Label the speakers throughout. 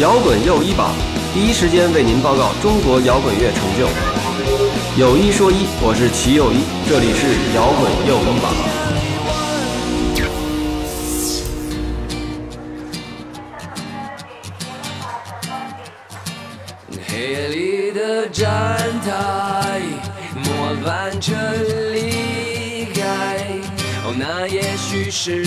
Speaker 1: 摇滚又一榜，第一时间为您报告中国摇滚乐成就。有一说一，我是齐又一，这里是摇滚又一榜。
Speaker 2: 黑夜里的站台，末班车离开。哦，那也许是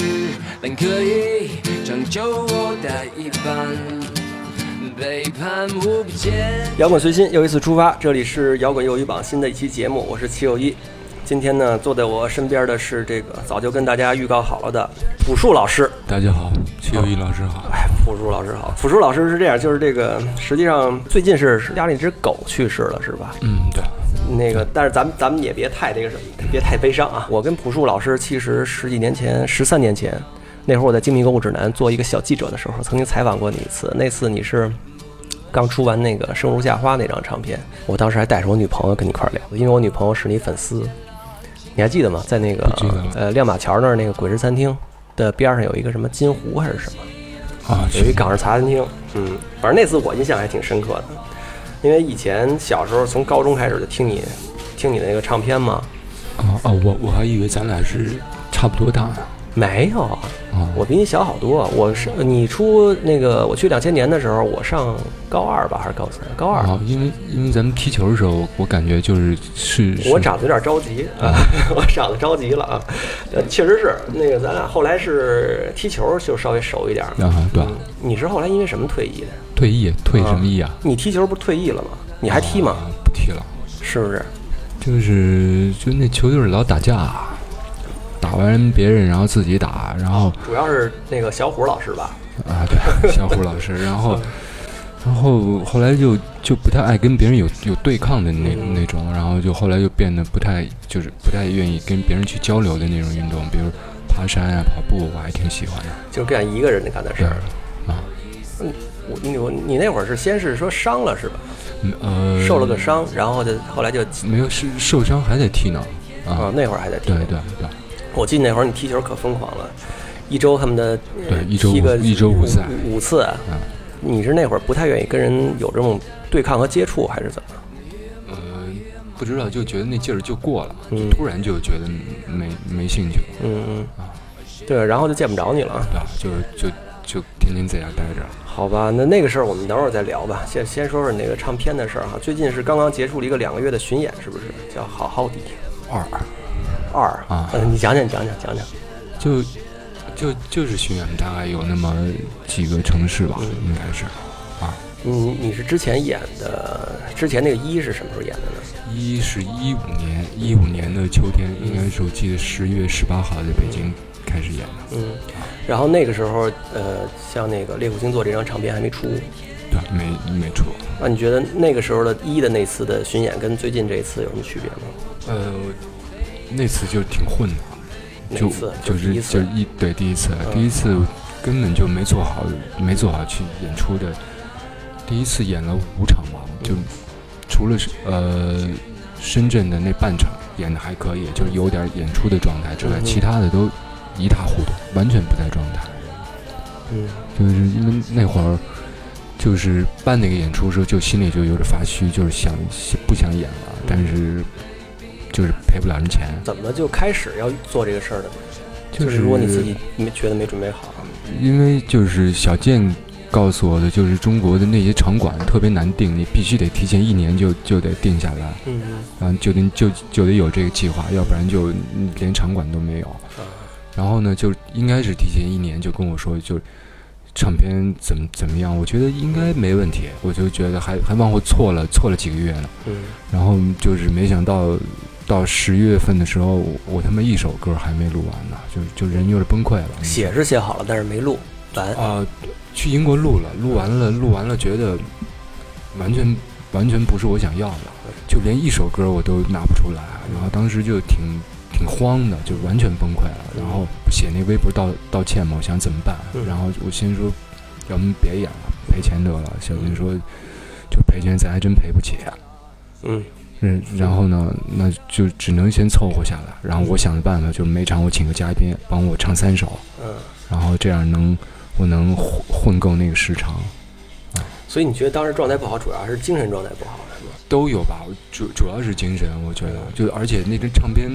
Speaker 2: 本可以拯救我的一半，背叛无间。
Speaker 1: 摇滚随心又一次出发，这里是摇滚又一榜新的一期节目，我是齐友一。今天呢，坐在我身边的是这个早就跟大家预告好了的朴树老师。
Speaker 3: 大家好，齐友一老师好。
Speaker 1: 哎，朴树老师好。朴树老师是这样，就是这个，实际上最近是家里一只狗去世了，是吧？
Speaker 3: 嗯，对，
Speaker 1: 那个，但是咱们咱们也别太那个什么，别太悲伤啊。我跟朴树老师其实十几年前，十三年前，那会儿我在《精密购物指南》做一个小记者的时候，曾经采访过你一次。那次你是刚出完那个《生如夏花》那张唱片，我当时还带着我女朋友跟你一块儿聊，因为我女朋友是你粉丝，你还记得吗？在那个
Speaker 3: 不记得了
Speaker 1: 呃亮马桥那儿那个鬼市餐厅的边上有一个什么金湖还是什么？
Speaker 3: 啊，
Speaker 1: 有一港式茶餐 厅，嗯，反正那次我印象还挺深刻的，因为以前小时候从高中开始就听你听你那个唱片嘛，
Speaker 3: 啊啊，我我还以为咱俩是差不多大呢。
Speaker 1: 没有，
Speaker 3: 啊，
Speaker 1: 我比你小好多，我是你出那个我去两千年的时候，我上高二吧还是高三？高二，
Speaker 3: 啊，因为因为咱们踢球的时候，我感觉就是是
Speaker 1: 我长得有点着急啊， 我长得着急了啊，呃确实是那个咱俩后来是踢球就稍微熟一点儿，
Speaker 3: 啊，对
Speaker 1: 嗯，你是后来因为什么退役的？
Speaker 3: 退役退什么役啊？
Speaker 1: 你踢球不是退役了吗？你还踢吗？
Speaker 3: 啊？不踢了，
Speaker 1: 哦是不是？
Speaker 3: 就是就那球队老打架，打完别人然后自己打，然后
Speaker 1: 主要是那个小虎老师吧？
Speaker 3: 啊，对， 小虎老师，然后，然后后来就就不太爱跟别人有有对抗的那
Speaker 1: 嗯
Speaker 3: 那种，然后就后来就变得不太就是不太愿意跟别人去交流的那种运动，比如爬山啊、跑步，我还挺喜欢的。
Speaker 1: 就干一个人干的事儿。嗯
Speaker 3: 啊，
Speaker 1: 我你我你那会儿是先是说伤了是吧？
Speaker 3: 嗯啊呃，
Speaker 1: 受了个伤，然后就后来就
Speaker 3: 没有是受伤还得踢呢
Speaker 1: 啊
Speaker 3: 啊，，
Speaker 1: 那会儿还在踢。
Speaker 3: 对对对
Speaker 1: 我记得那会儿你踢球可疯狂了，一周恨不得呃
Speaker 3: 对一周
Speaker 1: 踢个
Speaker 3: 五一周五次
Speaker 1: 五五次。啊
Speaker 3: 嗯
Speaker 1: 你是那会儿不太愿意跟人有这种对抗和接触，还是怎么？
Speaker 3: 呃，不知道就觉得那劲儿就过了，
Speaker 1: 嗯
Speaker 3: 突然就觉得没没兴趣了，
Speaker 1: 嗯嗯
Speaker 3: 啊，
Speaker 1: 对，然后就见不着你了。啊
Speaker 3: 对吧？就是就就天天在家待着。
Speaker 1: 好吧，那那个事儿我们等会儿再聊吧。先先说说那个唱片的事儿哈。最近是刚刚结束了一个两个月的巡演，是不是叫《好好的
Speaker 3: 二
Speaker 1: 二》
Speaker 3: 啊
Speaker 1: 嗯，你讲讲讲讲讲讲。
Speaker 3: 就就就是巡演，大概有那么几个城市吧，应该是。
Speaker 1: 你你是之前演的，之前那个一是什么时候演的呢？
Speaker 3: 一是一五年，一五年的秋天，应该是我记得十月十八号在北京开始演的。
Speaker 1: 嗯，然后那个时候，呃，像那个《猎户星座》这张唱片还没出，
Speaker 3: 对，没没错。
Speaker 1: 那你觉得那个时候的一的那次的巡演跟最近这一次有什么区别吗？
Speaker 3: 呃，我那次就挺混的，
Speaker 1: 哪
Speaker 3: 就
Speaker 1: 次？
Speaker 3: 就是
Speaker 1: 第一
Speaker 3: 就
Speaker 1: 次。嗯
Speaker 3: 一对第一次，第一次根本就没做好，没做好去演出的。第一次演了五场吧，就
Speaker 1: 嗯
Speaker 3: 除了是呃深圳的那半场演的还可以，就是有点演出的状态之外
Speaker 1: 嗯，哼
Speaker 3: 其他的都一塌糊涂，完全不在状态。
Speaker 1: 嗯
Speaker 3: 就是因为那会儿就是办那个演出的时候，就心里就有点发虚，就是想不想演了，
Speaker 1: 嗯
Speaker 3: 但是就是赔不了人钱。
Speaker 1: 怎么就开始要做这个事儿的？
Speaker 3: 就是
Speaker 1: 如果你自己没觉得没准备好，啊
Speaker 3: 因为就是小健告诉我的，就是中国的那些场馆特别难定，你必须得提前一年就就得定下来，
Speaker 1: 嗯，
Speaker 3: 然后就得就就得有这个计划，要不然就嗯连场馆都没有。
Speaker 1: 啊
Speaker 3: 然后呢，就应该是提前一年就跟我说，就唱片怎么怎么样，我觉得应该没问题，我就觉得还还往后错了错了几个月呢。
Speaker 1: 嗯，
Speaker 3: 然后就是没想到到十月份的时候，我我他妈一首歌还没录完呢，就就人有点崩溃了。
Speaker 1: 写是写好了，但是没录完。
Speaker 3: 啊、去英国录了，录完了，录完了，觉得完全完全不是我想要的，就连一首歌我都拿不出来，啊然后当时就挺挺慌的，就完全崩溃了。然后写那微博道道歉嘛，我想怎么办啊
Speaker 1: 嗯？
Speaker 3: 然后我先说，要不别演了，赔钱得了。小金说，就赔钱，咱还真赔不起。啊
Speaker 1: 嗯
Speaker 3: 嗯，然后呢，那就只能先凑合下来。然后我想的办法就是每场我请个嘉宾帮我唱三首，
Speaker 1: 嗯，
Speaker 3: 然后这样能我能混混够那个时长。啊，
Speaker 1: 所以你觉得当时状态不好，主要是精神状态不好，是吗？
Speaker 3: 都有吧，主主要是精神，我觉得，就而且那个唱片，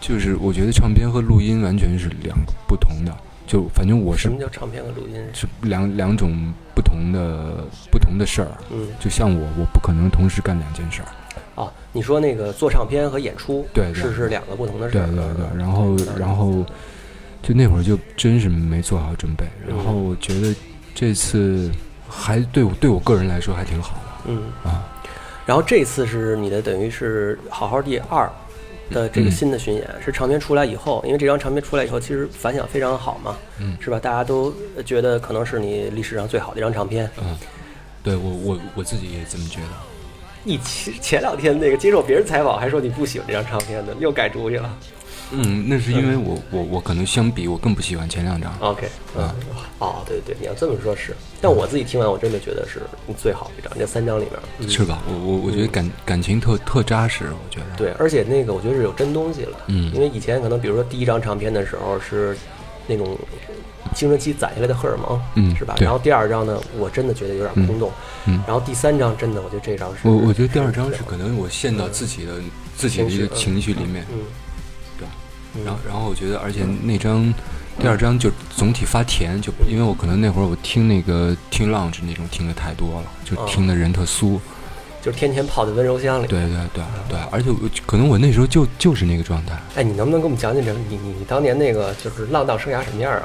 Speaker 3: 就是我觉得唱片和录音完全是两个不同的，就反正我
Speaker 1: 什
Speaker 3: 是
Speaker 1: 么叫唱片和录音？
Speaker 3: 是两两种不同的不同的事儿，
Speaker 1: 嗯，
Speaker 3: 就像我，我不可能同时干两件事儿，
Speaker 1: 哦，你说那个做唱片和演出，
Speaker 3: 对对
Speaker 1: 是是两个不同的事
Speaker 3: 对
Speaker 1: 儿。
Speaker 3: 对
Speaker 1: 嗯
Speaker 3: 对，然后然后就那会儿就真是没做好准备，然后我觉得这次还对我对我个人来说还挺好
Speaker 1: 嗯，
Speaker 3: 的啊，
Speaker 1: 然后这次是你的等于是好好第二的这个
Speaker 3: 嗯
Speaker 1: 新的巡演，是唱片出来以后，因为这张唱片出来以后，其实反响非常好嘛，
Speaker 3: 嗯
Speaker 1: 是吧？大家都觉得可能是你历史上最好的一张唱片。
Speaker 3: 嗯，对我我我自己也这么觉得。
Speaker 1: 你前 前两天那个接受别人采访还说你不喜欢这张唱片的，又改主意了。
Speaker 3: 嗯，那是因为我我我可能相比我更不喜欢前两张，
Speaker 1: OK，嗯
Speaker 3: 啊，
Speaker 1: 哦，对对，你要这么说，是。但我自己听完，我真的觉得是你最好的一张，这三张里面。嗯
Speaker 3: 是吧？我我我觉得感感情特特扎实，我觉得。，
Speaker 1: 对，而且那个我觉得是有真东西了，
Speaker 3: 嗯
Speaker 1: 因为以前可能比如说第一张唱片的时候是那种青春期攒下来的荷尔蒙，
Speaker 3: 嗯
Speaker 1: 是吧？
Speaker 3: 对
Speaker 1: 然后第二张呢，我真的觉得有点空洞，
Speaker 3: 嗯
Speaker 1: 然后第三张真的，我觉得这张是
Speaker 3: 我我觉得第二张是可能我陷到自己的自己的一个
Speaker 1: 情
Speaker 3: 情绪里面，
Speaker 1: 嗯，
Speaker 3: 对吧
Speaker 1: 嗯
Speaker 3: 然后然后我觉得，而且那张第二张就总体发甜，就因为我可能那会儿我听那个听 lounge 那种听的太多了，就
Speaker 1: 哦
Speaker 3: 听的人特酥。
Speaker 1: 就是天天泡在温柔乡里。
Speaker 3: 对对对对，而且我可能我那时候就就是那个状态。
Speaker 1: 哎，你能不能给我们讲讲这你你你当年那个就是浪荡生涯什么样啊？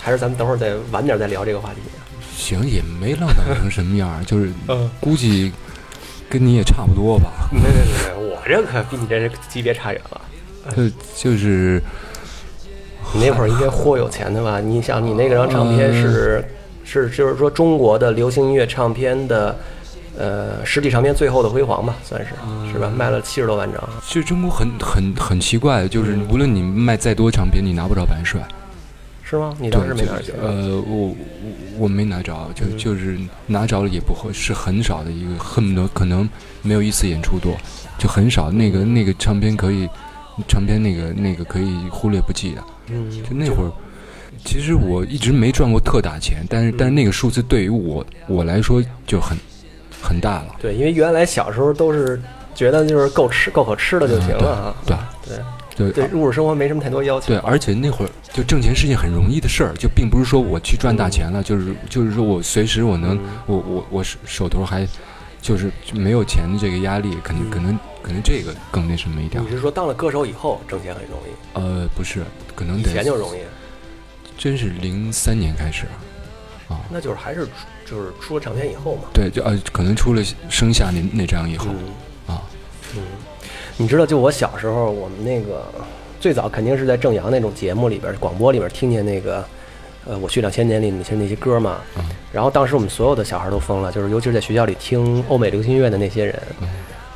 Speaker 1: 还是咱们等会儿再晚点再聊这个话题啊？
Speaker 3: 行，也没浪荡成什么样儿，就是
Speaker 1: 嗯
Speaker 3: 估计跟你也差不多吧。
Speaker 1: 没没没，我这可比你这级别差远了。
Speaker 3: 就呃就是
Speaker 1: 你那会儿应该豁有钱的吧？你想，你那个张唱片是、是就是说中国的流行音乐唱片的，呃，实体唱片最后的辉煌吧，算是、是吧？卖了七十多万张，
Speaker 3: 其实中国很很很奇怪，就是无论你卖再多唱片，你拿不着版税。
Speaker 1: 是吗？你
Speaker 3: 你
Speaker 1: 当时没拿着钱？
Speaker 3: 呃，我我我没拿着，就就是拿着了也不会是很少的一个，恨不得可能没有一次演出多，就很少。那个那个唱片可以，唱片那个那个可以忽略不计的。
Speaker 1: 嗯，
Speaker 3: 就那会儿，其实我一直没赚过特大钱，但是但是那个数字对于我我来说就很很大了。
Speaker 1: 对，因为原来小时候都是觉得就是够吃够口吃的就行了啊。
Speaker 3: 对
Speaker 1: 对
Speaker 3: 对
Speaker 1: 对，物质生活没什么太多要求。
Speaker 3: 对，而且那会儿就挣钱是件很容易的事儿，就并不是说我去赚大钱了，就是就是说我随时我
Speaker 1: 嗯
Speaker 3: 能，我我我手手头还就是就没有钱的这个压力，可
Speaker 1: 嗯
Speaker 3: 能可能可能这个更那什么一点儿
Speaker 1: 你。是说当了歌手以后挣钱很容易，
Speaker 3: 呃，不是，可能
Speaker 1: 嗯以前就
Speaker 3: 得
Speaker 1: 容易，
Speaker 3: 真是零三年开始，
Speaker 1: 那就是还是出就是出了唱片以后嘛。
Speaker 3: 对，就呃可能出了生下那那张以后
Speaker 1: 嗯。
Speaker 3: 啊，
Speaker 1: 嗯，你知道，就我小时候，我们那个最早肯定是在正阳那种节目里边、广播里边听见那个，呃，我去两千年里那些那些歌嘛。
Speaker 3: 嗯
Speaker 1: 然后当时我们所有的小孩都疯了，就是尤其是在学校里听欧美流行音乐的那些人。
Speaker 3: 嗯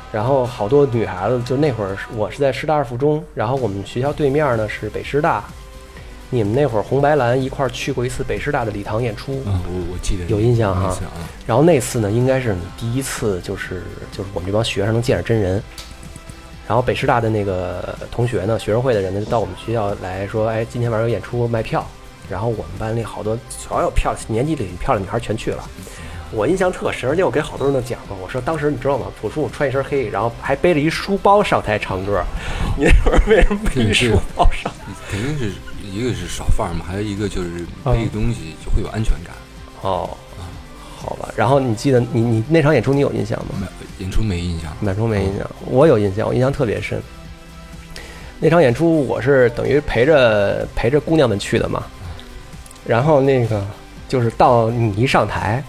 Speaker 1: 然后好多女孩子，就那会儿是我是在师大二附中，然后我们学校对面呢是北师大。你们那会儿红白蓝一块儿去过一次北师大的礼堂演出，
Speaker 3: 嗯，我我记得
Speaker 1: 有印象哈
Speaker 3: 那次啊，
Speaker 1: 然后那次呢，应该是你第一次，就是就是我们这帮学生能见着真人。然后北师大的那个同学呢，学生会的人呢，就到我们学校来说，哎，今天晚上有演出卖票。然后我们班里好多所有漂亮年级里漂亮女孩全去了。我印象特深，而且我给好多人都讲过，我说当时你知道吗？朴树穿一身黑，然后还背着一书包上台唱歌。 你那会儿为什么背一书包上？
Speaker 3: 嗯肯定是一个是耍范儿嘛，还有一个就是背
Speaker 1: 啊
Speaker 3: 东西就会有安全感。
Speaker 1: 哦，好吧。然后你记得你你那场演出你有印象吗？
Speaker 3: 没演出没印象，
Speaker 1: 满冲没印象，我有印象，我印象特别深。那场演出我是等于陪着陪着姑娘们去的嘛，然后那个就是到你一上台，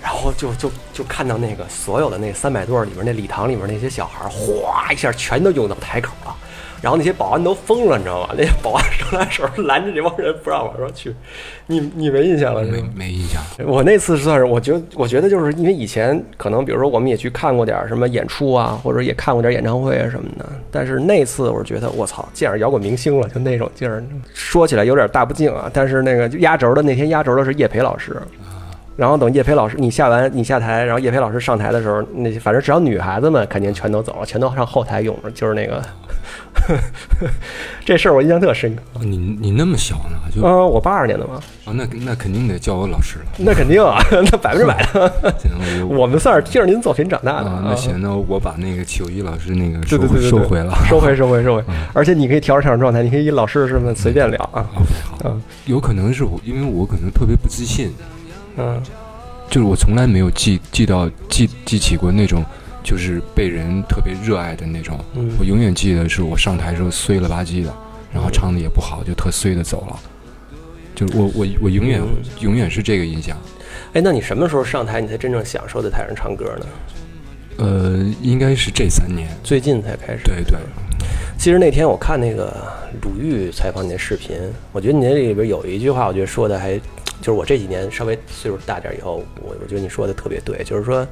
Speaker 1: 然后就就就看到那个所有的那三百多里边那礼堂里面那些小孩儿，哗一下全都涌到台口了，然后那些保安都疯了，你知道吗？那些保安手拉手拦着这帮人不让往上去，你你没印象了是
Speaker 3: 没
Speaker 1: 吗？
Speaker 3: 没印象。
Speaker 1: 我那次算是，我觉得，我觉得就是因为以前可能，比如说我们也去看过点儿什么演出啊，或者也看过点儿演唱会啊什么的。但是那次我是觉得，我操，见着摇滚明星了，就那种劲儿。说起来有点大不敬啊，但是那个就压轴的那天压轴的是叶培老师，然后等叶培老师你下完你下台，然后叶培老师上台的时候，那些反正只要女孩子们肯定全都走了，全都上后台涌着，就是那个 这事儿我印象特深刻。
Speaker 3: 哦你你那么小呢，就、
Speaker 1: 嗯、我八二年的嘛，
Speaker 3: 啊，那那肯定得叫我老师了。
Speaker 1: 那肯定啊， 那百分之百的。
Speaker 3: 行，我
Speaker 1: 我们算是听着您作品长大的。
Speaker 3: 啊，那行，那我把那个戚友一老师那个
Speaker 1: 对
Speaker 3: 收
Speaker 1: 对对对对
Speaker 3: 收回了。
Speaker 1: 收回，收回，收回。
Speaker 3: 嗯
Speaker 1: 而且你可以调整场状态，你可以以老师的身份随便聊啊。
Speaker 3: OK，好。
Speaker 1: 嗯
Speaker 3: 有可能是我，因为我可能特别不自信，
Speaker 1: 嗯
Speaker 3: 就是我从来没有记记到记记起过那种就是被人特别热爱的那种。
Speaker 1: 嗯
Speaker 3: 我永远记得是我上台时候碎了吧唧的，然后唱的也不好，就特碎的走了。就是我我我永远
Speaker 1: 嗯
Speaker 3: 永远是这个印象。
Speaker 1: 哎，那你什么时候上台，你才真正享受在台上唱歌呢？
Speaker 3: 呃，应该是这三年。
Speaker 1: 最近才开始。
Speaker 3: 对对，
Speaker 1: 其实那天我看那个鲁豫采访你的视频，我觉得你那里边有一句话，我觉得说的还就是我这几年稍微岁数大点以后，我我觉得你说的特别对，就是说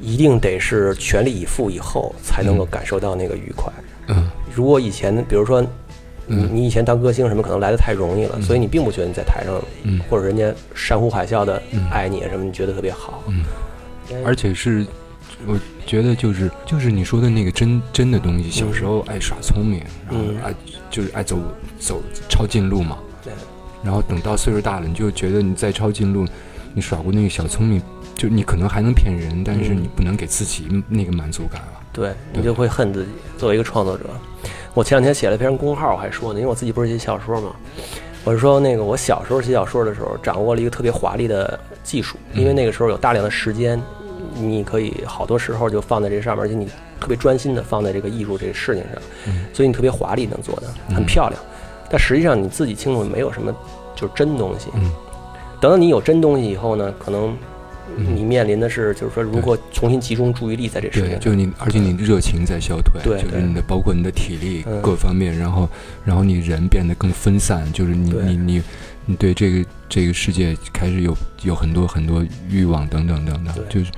Speaker 1: 一定得是全力以赴以后，才能够感受到那个愉快。
Speaker 3: 嗯
Speaker 1: 如果以前，比如说你
Speaker 3: 嗯
Speaker 1: 你以前当歌星什么，可能来的太容易了，
Speaker 3: 嗯
Speaker 1: 所以你并不觉得你在台上
Speaker 3: 嗯
Speaker 1: 或者人家山呼海啸的
Speaker 3: 嗯
Speaker 1: 爱你什么，你觉得特别好。
Speaker 3: 嗯，
Speaker 1: 嗯
Speaker 3: 而且是我觉得就是就是你说的那个真真的东西，小时候爱耍聪明，然
Speaker 1: 嗯
Speaker 3: 后爱就是爱走走抄近路嘛
Speaker 1: 对。
Speaker 3: 然后等到岁数大了，你就觉得你再抄近路，你耍过那个小聪明，就你可能还能骗人，但是
Speaker 1: 嗯
Speaker 3: 你不能给自己那个满足感啊了。
Speaker 1: 对你就会恨自己。作为一个创作者，我前两天写了篇公号，我还说呢，因为我自己不是写小说嘛，我是说那个我小时候写小说的时候，掌握了一个特别华丽的技术，
Speaker 3: 嗯
Speaker 1: 因为那个时候有大量的时间，你可以好多时候就放在这上面，而且你特别专心的放在这个艺术这个事情上，
Speaker 3: 嗯
Speaker 1: 所以你特别华丽能做的很
Speaker 3: 嗯
Speaker 1: 漂亮，但实际上你自己清楚没有什么就是真东西。
Speaker 3: 嗯
Speaker 1: 等到你有真东西以后呢，可能。
Speaker 3: 嗯
Speaker 1: 你面临的是，就是说，如何重新集中注意力在这事情
Speaker 3: 对，
Speaker 1: 上。
Speaker 3: 就是你，而且你热情在消退，
Speaker 1: 对
Speaker 3: 就是
Speaker 1: 对
Speaker 3: 你的包括你的体力
Speaker 1: 嗯
Speaker 3: 各方面，然后然后你人变得更分散，就是你
Speaker 1: 对
Speaker 3: 你你你对这个这个世界开始有有很多很多欲望等等等等
Speaker 1: 对，
Speaker 3: 就是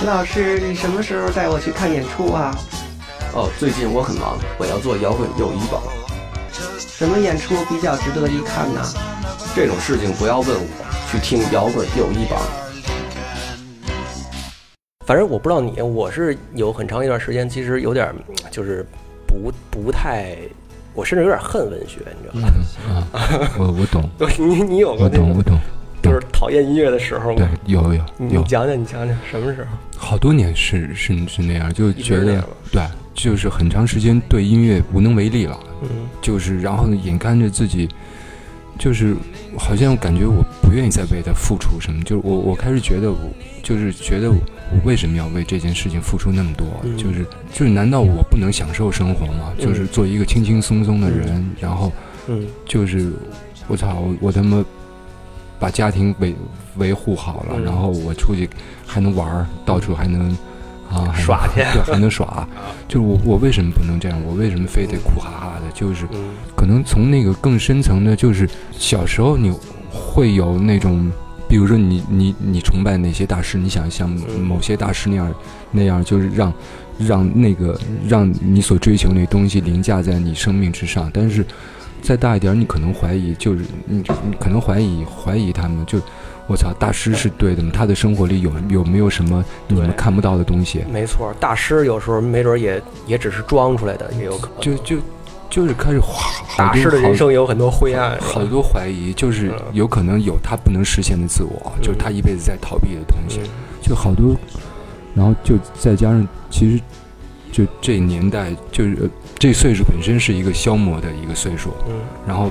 Speaker 4: 徐老师，你什么时候带我去看演出啊？
Speaker 2: 哦，最近我很忙，我要做摇滚又医保，
Speaker 4: 什么演出比较值得一看呢？
Speaker 2: 这种事情不要问我，去听摇滚又医保。
Speaker 1: 反正我不知道你，我是有很长一段时间，其实有点儿嗯就是不不太，我甚至有点恨文学，你知道吗？
Speaker 3: 嗯啊，我我懂，
Speaker 1: 你你有
Speaker 3: 我
Speaker 1: 过那
Speaker 3: 懂，我
Speaker 1: 种
Speaker 3: 懂，
Speaker 1: 就是讨厌音乐的时候
Speaker 3: 对
Speaker 1: 吗？，
Speaker 3: 有有
Speaker 1: 你嗯你
Speaker 3: 有，
Speaker 1: 讲讲，你讲讲什么时候？
Speaker 3: 好多年是是是那样，就
Speaker 1: 一直
Speaker 3: 觉
Speaker 1: 是那
Speaker 3: 得
Speaker 1: 样吗
Speaker 3: 对，就是很长时间对音乐无能为力了，
Speaker 1: 嗯
Speaker 3: 就是然后呢，眼看着自己，就是好像感觉我不愿意再为他付出什么，就是我我开始觉得我就是觉得我为什么要为这件事情付出那么多？
Speaker 1: 嗯
Speaker 3: 就是就是难道我不能享受生活吗？
Speaker 1: 嗯
Speaker 3: 就是做一个轻轻松松的人，然后
Speaker 1: 嗯
Speaker 3: 就是我操，我我他妈把家庭维维护好了，
Speaker 1: 嗯
Speaker 3: 然后我出去还能玩儿，到处还能啊还能
Speaker 1: 耍去啊
Speaker 3: 对，还 能耍。就是我我为什么不能这样？我为什么非得苦哈哈的？就是
Speaker 1: 嗯
Speaker 3: 可能从那个更深层的，就是小时候你会有那种，比如说你你你崇拜哪些大师，你想像
Speaker 1: 嗯
Speaker 3: 某些大师那样那样，就是让让那个让你所追求那东西凌驾在你生命之上。但是再大一点儿，你可能怀疑，就是你你可能怀疑怀疑他们，就我操，大师是对的吗？他的生活里有有没有什么你们
Speaker 1: 对
Speaker 3: 看不到的东西？
Speaker 1: 没错，大师有时候没准也也只是装出来的，也有可能。
Speaker 3: 就就就是开始好好
Speaker 1: 大
Speaker 3: 多
Speaker 1: 师的
Speaker 3: 好
Speaker 1: 人生也有很多灰暗，
Speaker 3: 好
Speaker 1: 是吧
Speaker 3: 多怀疑，就是
Speaker 1: 啊嗯
Speaker 3: 有可能有他不能实现的自我，
Speaker 1: 嗯
Speaker 3: 就是他一辈子在逃避的东西，
Speaker 1: 嗯
Speaker 3: 就好多，然后就再加上其实就这年代就是呃这岁数本身是一个消磨的一个岁数，
Speaker 1: 嗯
Speaker 3: 然后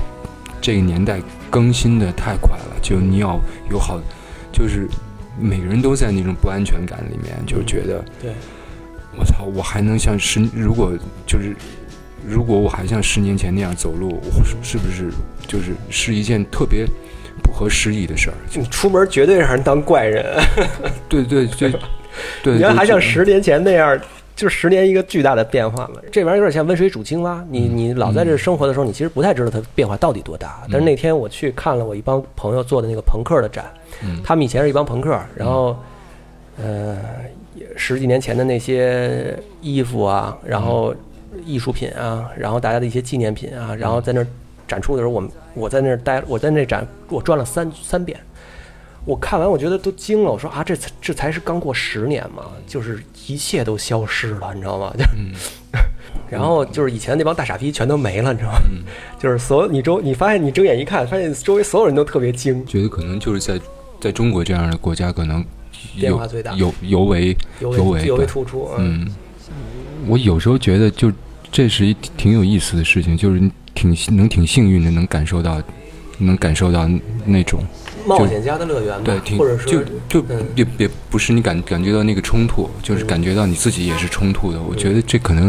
Speaker 3: 这个年代更新的太快了，就你要有好，就是每个人都在那种不安全感里面，就觉得
Speaker 1: 对，
Speaker 3: 我操，我还能像十，如果就是，如果我还像十年前那样走路，我是是不是就是是一件特别不合时宜的事儿？就
Speaker 1: 你出门绝对让人当怪人。
Speaker 3: 对对 对对，
Speaker 1: 你要还像
Speaker 3: 就
Speaker 1: 十年前那样，就十年一个巨大的变化嘛。
Speaker 3: 嗯
Speaker 1: 这玩意儿有点像温水煮青蛙，你你老在这生活的时候，你其实不太知道它变化到底多大。但是那天我去看了我一帮朋友做的那个朋克的展，
Speaker 3: 嗯
Speaker 1: 他们以前是一帮朋克，然后呃也十几年前的那些
Speaker 3: 嗯嗯
Speaker 1: 衣服啊，然后艺术品啊，然后大家的一些纪念品啊，然后在那儿展出的时候，我们我在那儿待，我在那展我转了三三遍，我看完我觉得都惊了，我说啊，这才这才是刚过十年嘛，就是一切都消失了，你知道吗？ 就
Speaker 3: 嗯，
Speaker 1: 然后就是以前那帮大傻逼全都没了，你知道吗？
Speaker 3: 嗯
Speaker 1: 就是所有你周你发现你睁眼一看，发现周围所有人都特别惊，
Speaker 3: 觉得可能就是在在中国这样的国家，可能
Speaker 1: 变
Speaker 3: 有
Speaker 1: 化最大
Speaker 3: 有尤为
Speaker 1: 尤
Speaker 3: 尤
Speaker 1: 为
Speaker 3: 为
Speaker 1: 尤为
Speaker 3: 对
Speaker 1: 突出。嗯，
Speaker 3: 嗯，我有时候觉得就这是一挺有意思的事情，就是你挺能挺幸运的，能感受到，能感受到那种
Speaker 1: 冒险家的乐园
Speaker 3: 对
Speaker 1: 吧，，
Speaker 3: 挺
Speaker 1: 或者
Speaker 3: 就
Speaker 1: 说
Speaker 3: 就
Speaker 1: 嗯
Speaker 3: 也也不是你感感觉到那个冲突，就是感觉到你自己也是冲突的。我觉得这可能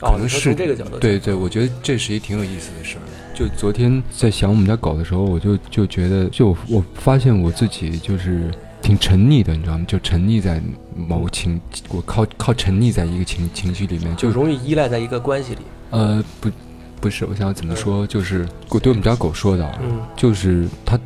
Speaker 1: 哦
Speaker 3: 可，能
Speaker 1: 你说
Speaker 3: 是
Speaker 1: 从这个角度，
Speaker 3: 对对，我觉得这是一挺有意思的事儿。就昨天在想我们家狗的时候，我就就觉得，就我我发现我自己就是挺沉溺的，你知道吗？就沉溺在某情，我靠靠沉溺在一个情情绪里面，
Speaker 1: 就
Speaker 3: 就
Speaker 1: 容易依赖在一个关系里。
Speaker 3: 呃不不是，我想怎么说，就是我对我们家狗说的啊，
Speaker 1: 嗯，
Speaker 3: 就是它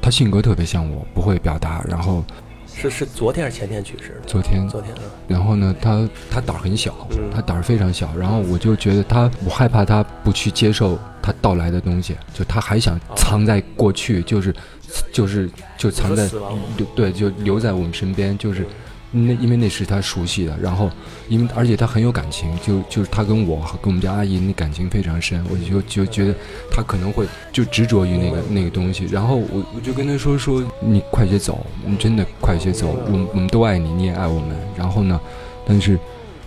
Speaker 3: 它性格特别像我，不会表达，然后
Speaker 1: 是是昨天还是前天去世的？
Speaker 3: 昨天
Speaker 1: 昨天啊，
Speaker 3: 然后呢，他他胆儿很小
Speaker 1: 嗯，
Speaker 3: 他胆儿非常小。然后我就觉得他，我害怕他不去接受他到来的东西，就他还想
Speaker 1: 哦
Speaker 3: 藏在过去，就是就是就
Speaker 1: 你
Speaker 3: 藏
Speaker 1: 说
Speaker 3: 在
Speaker 1: 死亡，
Speaker 3: 留对，就留在我们身边，就是那因为那是他熟悉的，然后因为而且他很有感情，就就是他跟我和跟我们家阿姨那感情非常深，我就就觉得他可能会就执着于那个那个东西，然后我我就跟他说说你快些走，你真的快些走，我们我们都爱你，你也爱我们，然后呢，但是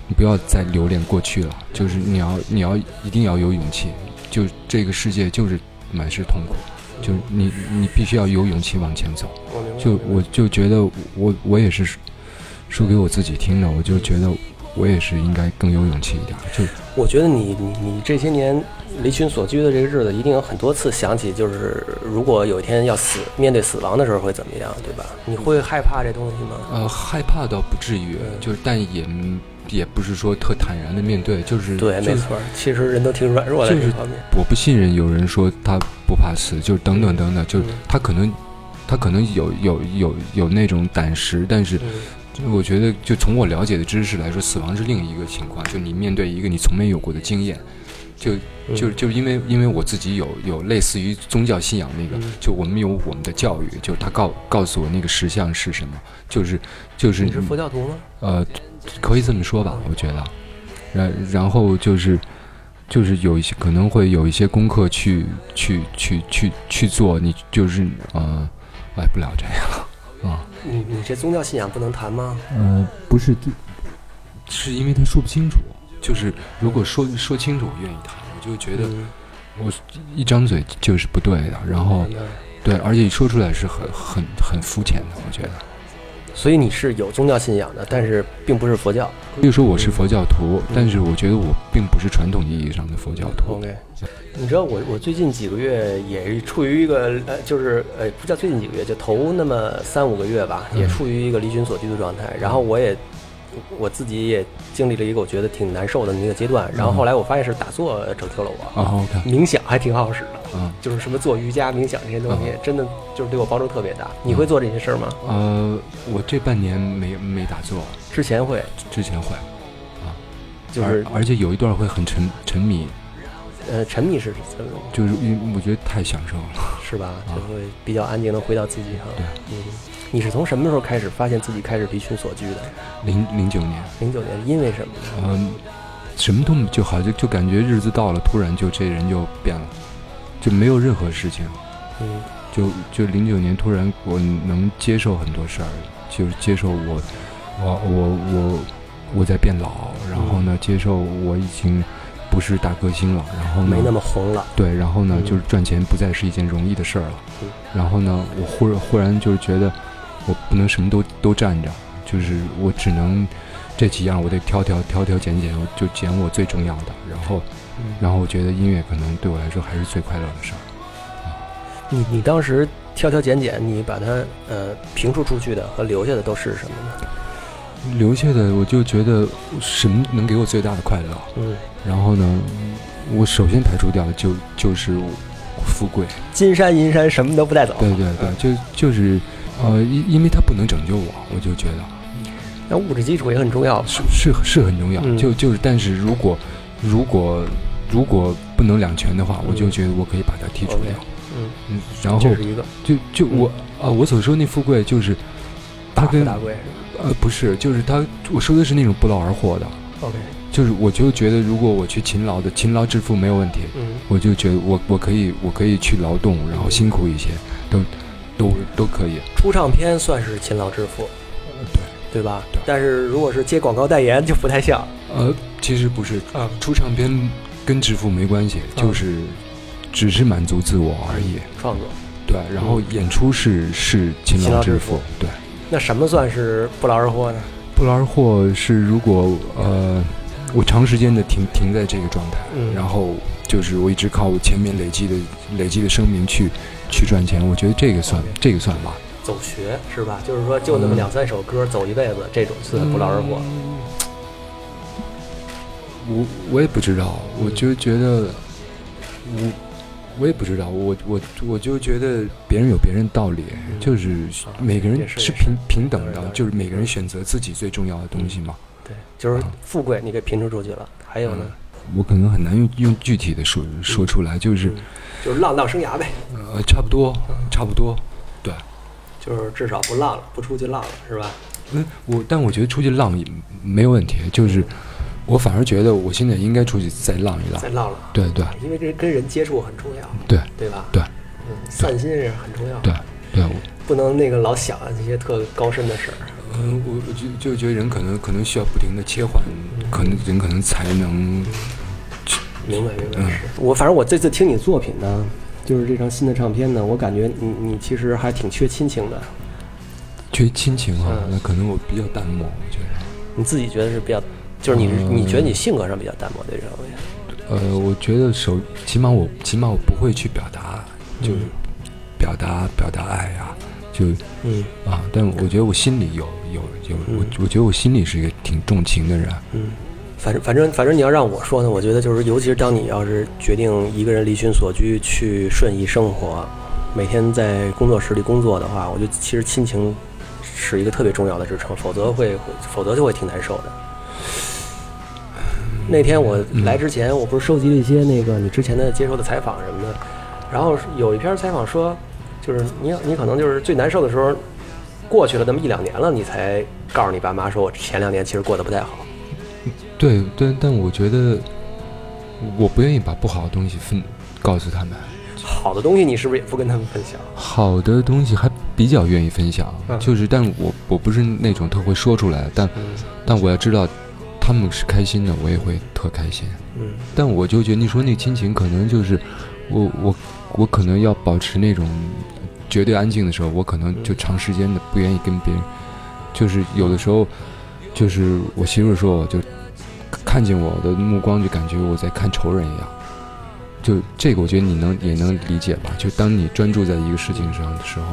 Speaker 3: 你不要再留恋过去了，就是你要你要一定要有勇气，就这个世界就是满是痛苦。就是你，你必须要有勇气往前走。
Speaker 1: 我明白
Speaker 3: 就我就觉得我我也是说给我自己听的，我就觉得我也是应该更有勇气一点。就
Speaker 1: 我觉得你你你这些年离群所居的这个日子，一定有很多次想起，就是如果有一天要死，面对死亡的时候会怎么样，对吧？你会害怕这东西吗？
Speaker 3: 呃害怕倒不至于，就是但也也不是说特坦然的面对，就是
Speaker 1: 对，
Speaker 3: 就
Speaker 1: 没
Speaker 3: 是
Speaker 1: 错，其实人都挺软弱的
Speaker 3: 就是
Speaker 1: 这方面。
Speaker 3: 我不信任有人说他不怕死，就是等等等等，就是
Speaker 1: 嗯
Speaker 3: 他可能他可能有有有有那种胆识，但是
Speaker 1: 嗯
Speaker 3: 我觉得，就从我了解的知识来说，死亡是另一个情况，就你面对一个你从没有过的经验，就
Speaker 1: 嗯
Speaker 3: 就就因为因为我自己有有类似于宗教信仰那个
Speaker 1: 嗯，
Speaker 3: 就我们有我们的教育，就他告告诉我那个实相是什么，就是就是
Speaker 1: 你是佛教徒吗？
Speaker 3: 呃，可以这么说吧，我觉得。然然后就是就是有一些可能会有一些功课去去去去去做，你就是呃，哎，不聊这个了啊。
Speaker 1: 你你这宗教信仰不能谈吗？
Speaker 3: 呃，不是，是因为他说不清楚。就是如果说说清楚，我愿意谈。我就觉得
Speaker 1: 嗯
Speaker 3: 一张嘴就是不对的，然后
Speaker 1: 哎
Speaker 3: 对，而且说出来是很很很肤浅的。我觉得，
Speaker 1: 所以你是有宗教信仰的，但是并不是佛教。
Speaker 3: 比如说我是佛教徒，但是我觉得我并不是传统意义上的佛教徒。
Speaker 1: OK，你知道我我最近几个月也处于一个呃，就是呃，不叫最近几个月，就头那么三五个月吧，
Speaker 3: 嗯
Speaker 1: 也处于一个离群索居的状态。然后我也我自己也经历了一个我觉得挺难受的一个阶
Speaker 3: 嗯
Speaker 1: 段。然后后来我发现是打坐拯救了我，
Speaker 3: 啊，OK，
Speaker 1: 冥想还挺好使的，
Speaker 3: 啊，
Speaker 1: 就是什么做瑜伽、冥想这些东西
Speaker 3: 嗯，
Speaker 1: 真的就是对我帮助特别大。你会做这些事儿吗？
Speaker 3: 呃，我这半年没没打坐，
Speaker 1: 之前会，
Speaker 3: 之前会，
Speaker 1: 就是
Speaker 3: 而而且有一段会很沉沉迷，
Speaker 1: 呃，沉迷是怎么
Speaker 3: 就是因为我觉得太享受了。
Speaker 1: 是吧？
Speaker 3: 啊
Speaker 1: 就会比较安静的回到自己哈。
Speaker 3: 对
Speaker 1: 嗯，你是从什么时候开始发现自己开始离群索居的？
Speaker 3: 零零九年。
Speaker 1: 零九年，因为什么呢？
Speaker 3: 嗯，什么都没就好，就就感觉日子到了，突然就这人就变了，就没有任何事情，
Speaker 1: 嗯
Speaker 3: 就就零九年突然我能接受很多事儿，就是接受我我我我我在变老，然后
Speaker 1: 嗯
Speaker 3: 呢，接受我已经不是大歌星了，然后呢，
Speaker 1: 没那么红了。
Speaker 3: 对，然后呢，
Speaker 1: 嗯
Speaker 3: 就是赚钱不再是一件容易的事儿了
Speaker 1: 嗯。
Speaker 3: 然后呢，我忽然忽然就是觉得，我不能什么都都占着，就是我只能这几样，我得挑挑挑挑拣拣，我就拣我最重要的。然后，然后我觉得音乐可能对我来说还是最快乐的事儿。
Speaker 1: 你你当时挑挑拣拣，你把它呃评述出去的和留下的都是什么呢？
Speaker 3: 留下的我就觉得什么能给我最大的快乐。
Speaker 1: 嗯，
Speaker 3: 然后呢，我首先排除掉的就就是富贵。
Speaker 1: 金山银山什么都不带走。
Speaker 3: 对对
Speaker 1: 嗯
Speaker 3: 对，就就是呃，因因为它不能拯救我，我就觉得。
Speaker 1: 那物质基础也很重要。
Speaker 3: 是是是很重要，
Speaker 1: 嗯
Speaker 3: 就就是，但是如果如果如果不能两全的话，我就觉得我可以把它剔除掉。
Speaker 1: 嗯，
Speaker 3: 嗯，然后
Speaker 1: 这是一个
Speaker 3: 就就我啊、我所说那富贵就是，他
Speaker 1: 大富
Speaker 3: 跟
Speaker 1: 大贵是吧
Speaker 3: 呃不是，就是他我说的是那种不劳而获的，
Speaker 1: ？OK，
Speaker 3: 就是我就觉得如果我去勤劳的勤劳致富没有问题，
Speaker 1: 嗯
Speaker 3: 我就觉得我我可以我可以去劳动，然后辛苦一些，都都都可以。
Speaker 1: 出唱片算是勤劳致富，
Speaker 3: 对，
Speaker 1: 呃对吧？
Speaker 3: 对
Speaker 1: 但是如果是接广告代言就不太像。
Speaker 3: 呃，其实不是
Speaker 1: 嗯
Speaker 3: 出唱片跟致富没关系，
Speaker 1: 嗯
Speaker 3: 就是只是满足自我而已。
Speaker 1: 创作，
Speaker 3: 对，然后演出是是勤
Speaker 1: 嗯勤劳
Speaker 3: 劳
Speaker 1: 致
Speaker 3: 致
Speaker 1: 富
Speaker 3: 富，对。
Speaker 1: 那什么算是不劳而获呢？
Speaker 3: 不劳而获是如果呃我长时间的停停在这个状态，
Speaker 1: 嗯
Speaker 3: 然后就是我一直靠我前面累积的累积的声明去去赚钱，我觉得这个算
Speaker 1: OK
Speaker 3: 这个算吧，
Speaker 1: 走学是吧？就是说就那么
Speaker 3: 嗯
Speaker 1: 两三首歌走一辈子，这种算不劳而获。
Speaker 3: 嗯我我也不知道，我就觉得我。我也不知道，我我我就觉得别人有别人道理，
Speaker 1: 嗯
Speaker 3: 就是
Speaker 1: 啊
Speaker 3: 每个人
Speaker 1: 也是也是
Speaker 3: 是平平等
Speaker 1: 当然当
Speaker 3: 的，
Speaker 1: 然
Speaker 3: 就是每个人选择自己最重要的东西嘛。
Speaker 1: 对，就是
Speaker 3: 嗯
Speaker 1: 富贵你给评出出去了，还有呢，
Speaker 3: 我可能很难用用具体的说说出来，就是
Speaker 1: 嗯就是浪浪生涯呗，
Speaker 3: 呃，差不多，差不多，对，
Speaker 1: 就是至少不浪了，不出去浪了是吧？
Speaker 3: 嗯，我但我觉得出去浪也没有问题，就是我反而觉得我现在应该出去再浪一浪
Speaker 1: 再，浪了，
Speaker 3: 对对
Speaker 1: 因为这跟人接触很重要，
Speaker 3: 对
Speaker 1: 对吧？
Speaker 3: 对，
Speaker 1: 嗯，散心是很重要，
Speaker 3: 对对，我
Speaker 1: 不能那个老想那些特高深的事儿。
Speaker 3: 嗯，我我就就觉得人可能可能需要不停的切换，可能人可能才能，
Speaker 1: 明白明白，
Speaker 3: 嗯
Speaker 1: 是我反正我这次听你作品呢，就是这张新的唱片呢，我感觉你你其实还挺缺亲情的，
Speaker 3: 缺亲情啊
Speaker 1: 嗯，
Speaker 3: 那可能我比较淡漠，我觉得，
Speaker 1: 你自己觉得是比较，就是你、
Speaker 3: 嗯
Speaker 1: 你觉得你性格上比较淡漠对这方面，
Speaker 3: 呃，我觉得首起码我起码我不会去表达，就
Speaker 1: 嗯
Speaker 3: 表达表达爱啊，就。
Speaker 1: 嗯
Speaker 3: 啊，但我觉得我心里有有有，我
Speaker 1: 嗯
Speaker 3: 我觉得我心里是一个挺重情的人。啊
Speaker 1: 嗯，反正反正反正你要让我说呢，我觉得就是，尤其是当你要是决定一个人离群索居去顺意生活，每天在工作室里工作的话，我觉得其实亲情是一个特别重要的支撑，否则会否则就会挺难受的。那天我来之前，我不是收集了一些那个你之前的接受的采访什么的，然后有一篇采访说，就是你你可能就是最难受的时候过去了那么一两年了，你才告诉你爸妈说我前两年其实过得不太好。
Speaker 3: 对，但但我觉得我不愿意把不好的东西分告诉他们，
Speaker 1: 好的东西你是不是也不跟他们分享？
Speaker 3: 好的东西还比较愿意分享。
Speaker 1: 嗯
Speaker 3: 就是，但我我不是那种特会说出来，但
Speaker 1: 嗯
Speaker 3: 但我要知道他们是开心的，我也会特开心。
Speaker 1: 嗯
Speaker 3: 但我就觉得你说那亲情，可能就是我我我可能要保持那种绝对安静的时候，我可能就长时间的不愿意跟别人，就是有的时候，就是我媳妇儿说我就看见我的目光就感觉我在看仇人一样，就这个我觉得你能也能理解吧？就当你专注在一个事情上的时候，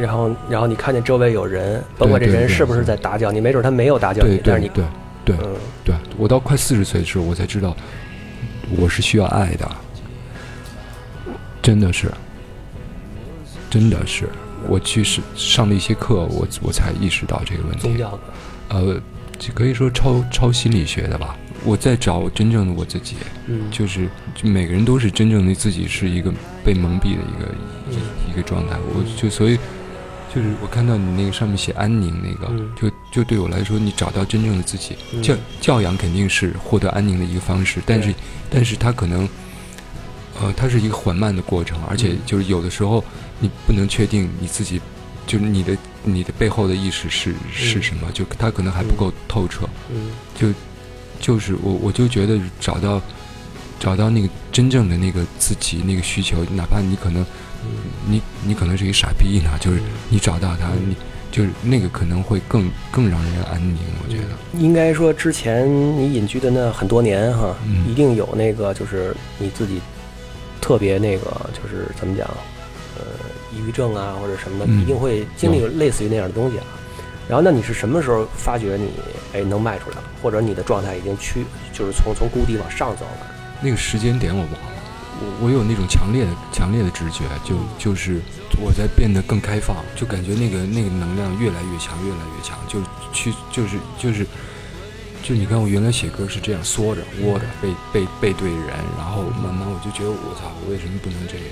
Speaker 1: 然后然后你看见周围有人，甭管这
Speaker 3: 对对
Speaker 1: 人
Speaker 3: 对
Speaker 1: 是不是在打搅你，没准他没有打搅
Speaker 3: 对
Speaker 1: 你，但是你
Speaker 3: 对对对
Speaker 1: 嗯，
Speaker 3: 对，啊我到快四十岁的时候，我才知道我是需要爱的，真的是，真的是，我去是上了一些课，我我才意识到这个问
Speaker 1: 宗
Speaker 3: 题。
Speaker 1: 教的，
Speaker 3: 呃，就可以说超超心理学的吧。我在找真正的我自己，
Speaker 1: 嗯，
Speaker 3: 就是就每个人都是真正的自己，是一个被蒙蔽的一个
Speaker 1: 嗯
Speaker 3: 一个状态。我就所以就是我看到你那个上面写安宁那个，
Speaker 1: 嗯
Speaker 3: 就就对我来说，你找到真正的自己，
Speaker 1: 嗯
Speaker 3: 教教养肯定是获得安宁的一个方式，但是但是它可能。呃，它是一个缓慢的过程，而且
Speaker 1: 嗯
Speaker 3: 就是有的时候你不能确定你自己，就是你的你的背后的意识是是
Speaker 1: 嗯
Speaker 3: 什么，就它可能还不够透彻。
Speaker 1: 嗯
Speaker 3: 就是我我就觉得找到找到那个真正的那个自己那个需求，哪怕你可能
Speaker 1: 嗯，
Speaker 3: 你你可能是一个傻逼呢，就是你找到它，
Speaker 1: 嗯
Speaker 3: 你就是那个可能会更更让人安宁，我觉得。
Speaker 1: 应该说之前你隐居的那很多年哈，
Speaker 3: 嗯
Speaker 1: 一定有那个就是你自己特别那个就是怎么讲，呃，抑郁症啊或者什么的，
Speaker 3: 嗯
Speaker 1: 一定会经历
Speaker 3: 有
Speaker 1: 类似于那样的东西啊。然后，那你是什么时候发觉你哎能迈出来了，或者你的状态已经趋就是从从谷底往上走了？
Speaker 3: 那个时间点我忘了，我我有那种强烈的强烈的直觉，就就是我在变得更开放，就感觉那个那个能量越来越强，越来越强，就去就是就是就你看，我原来写歌是这样缩着、窝着、背背背对人，然后慢慢我就觉得我操，我为什么不能这样？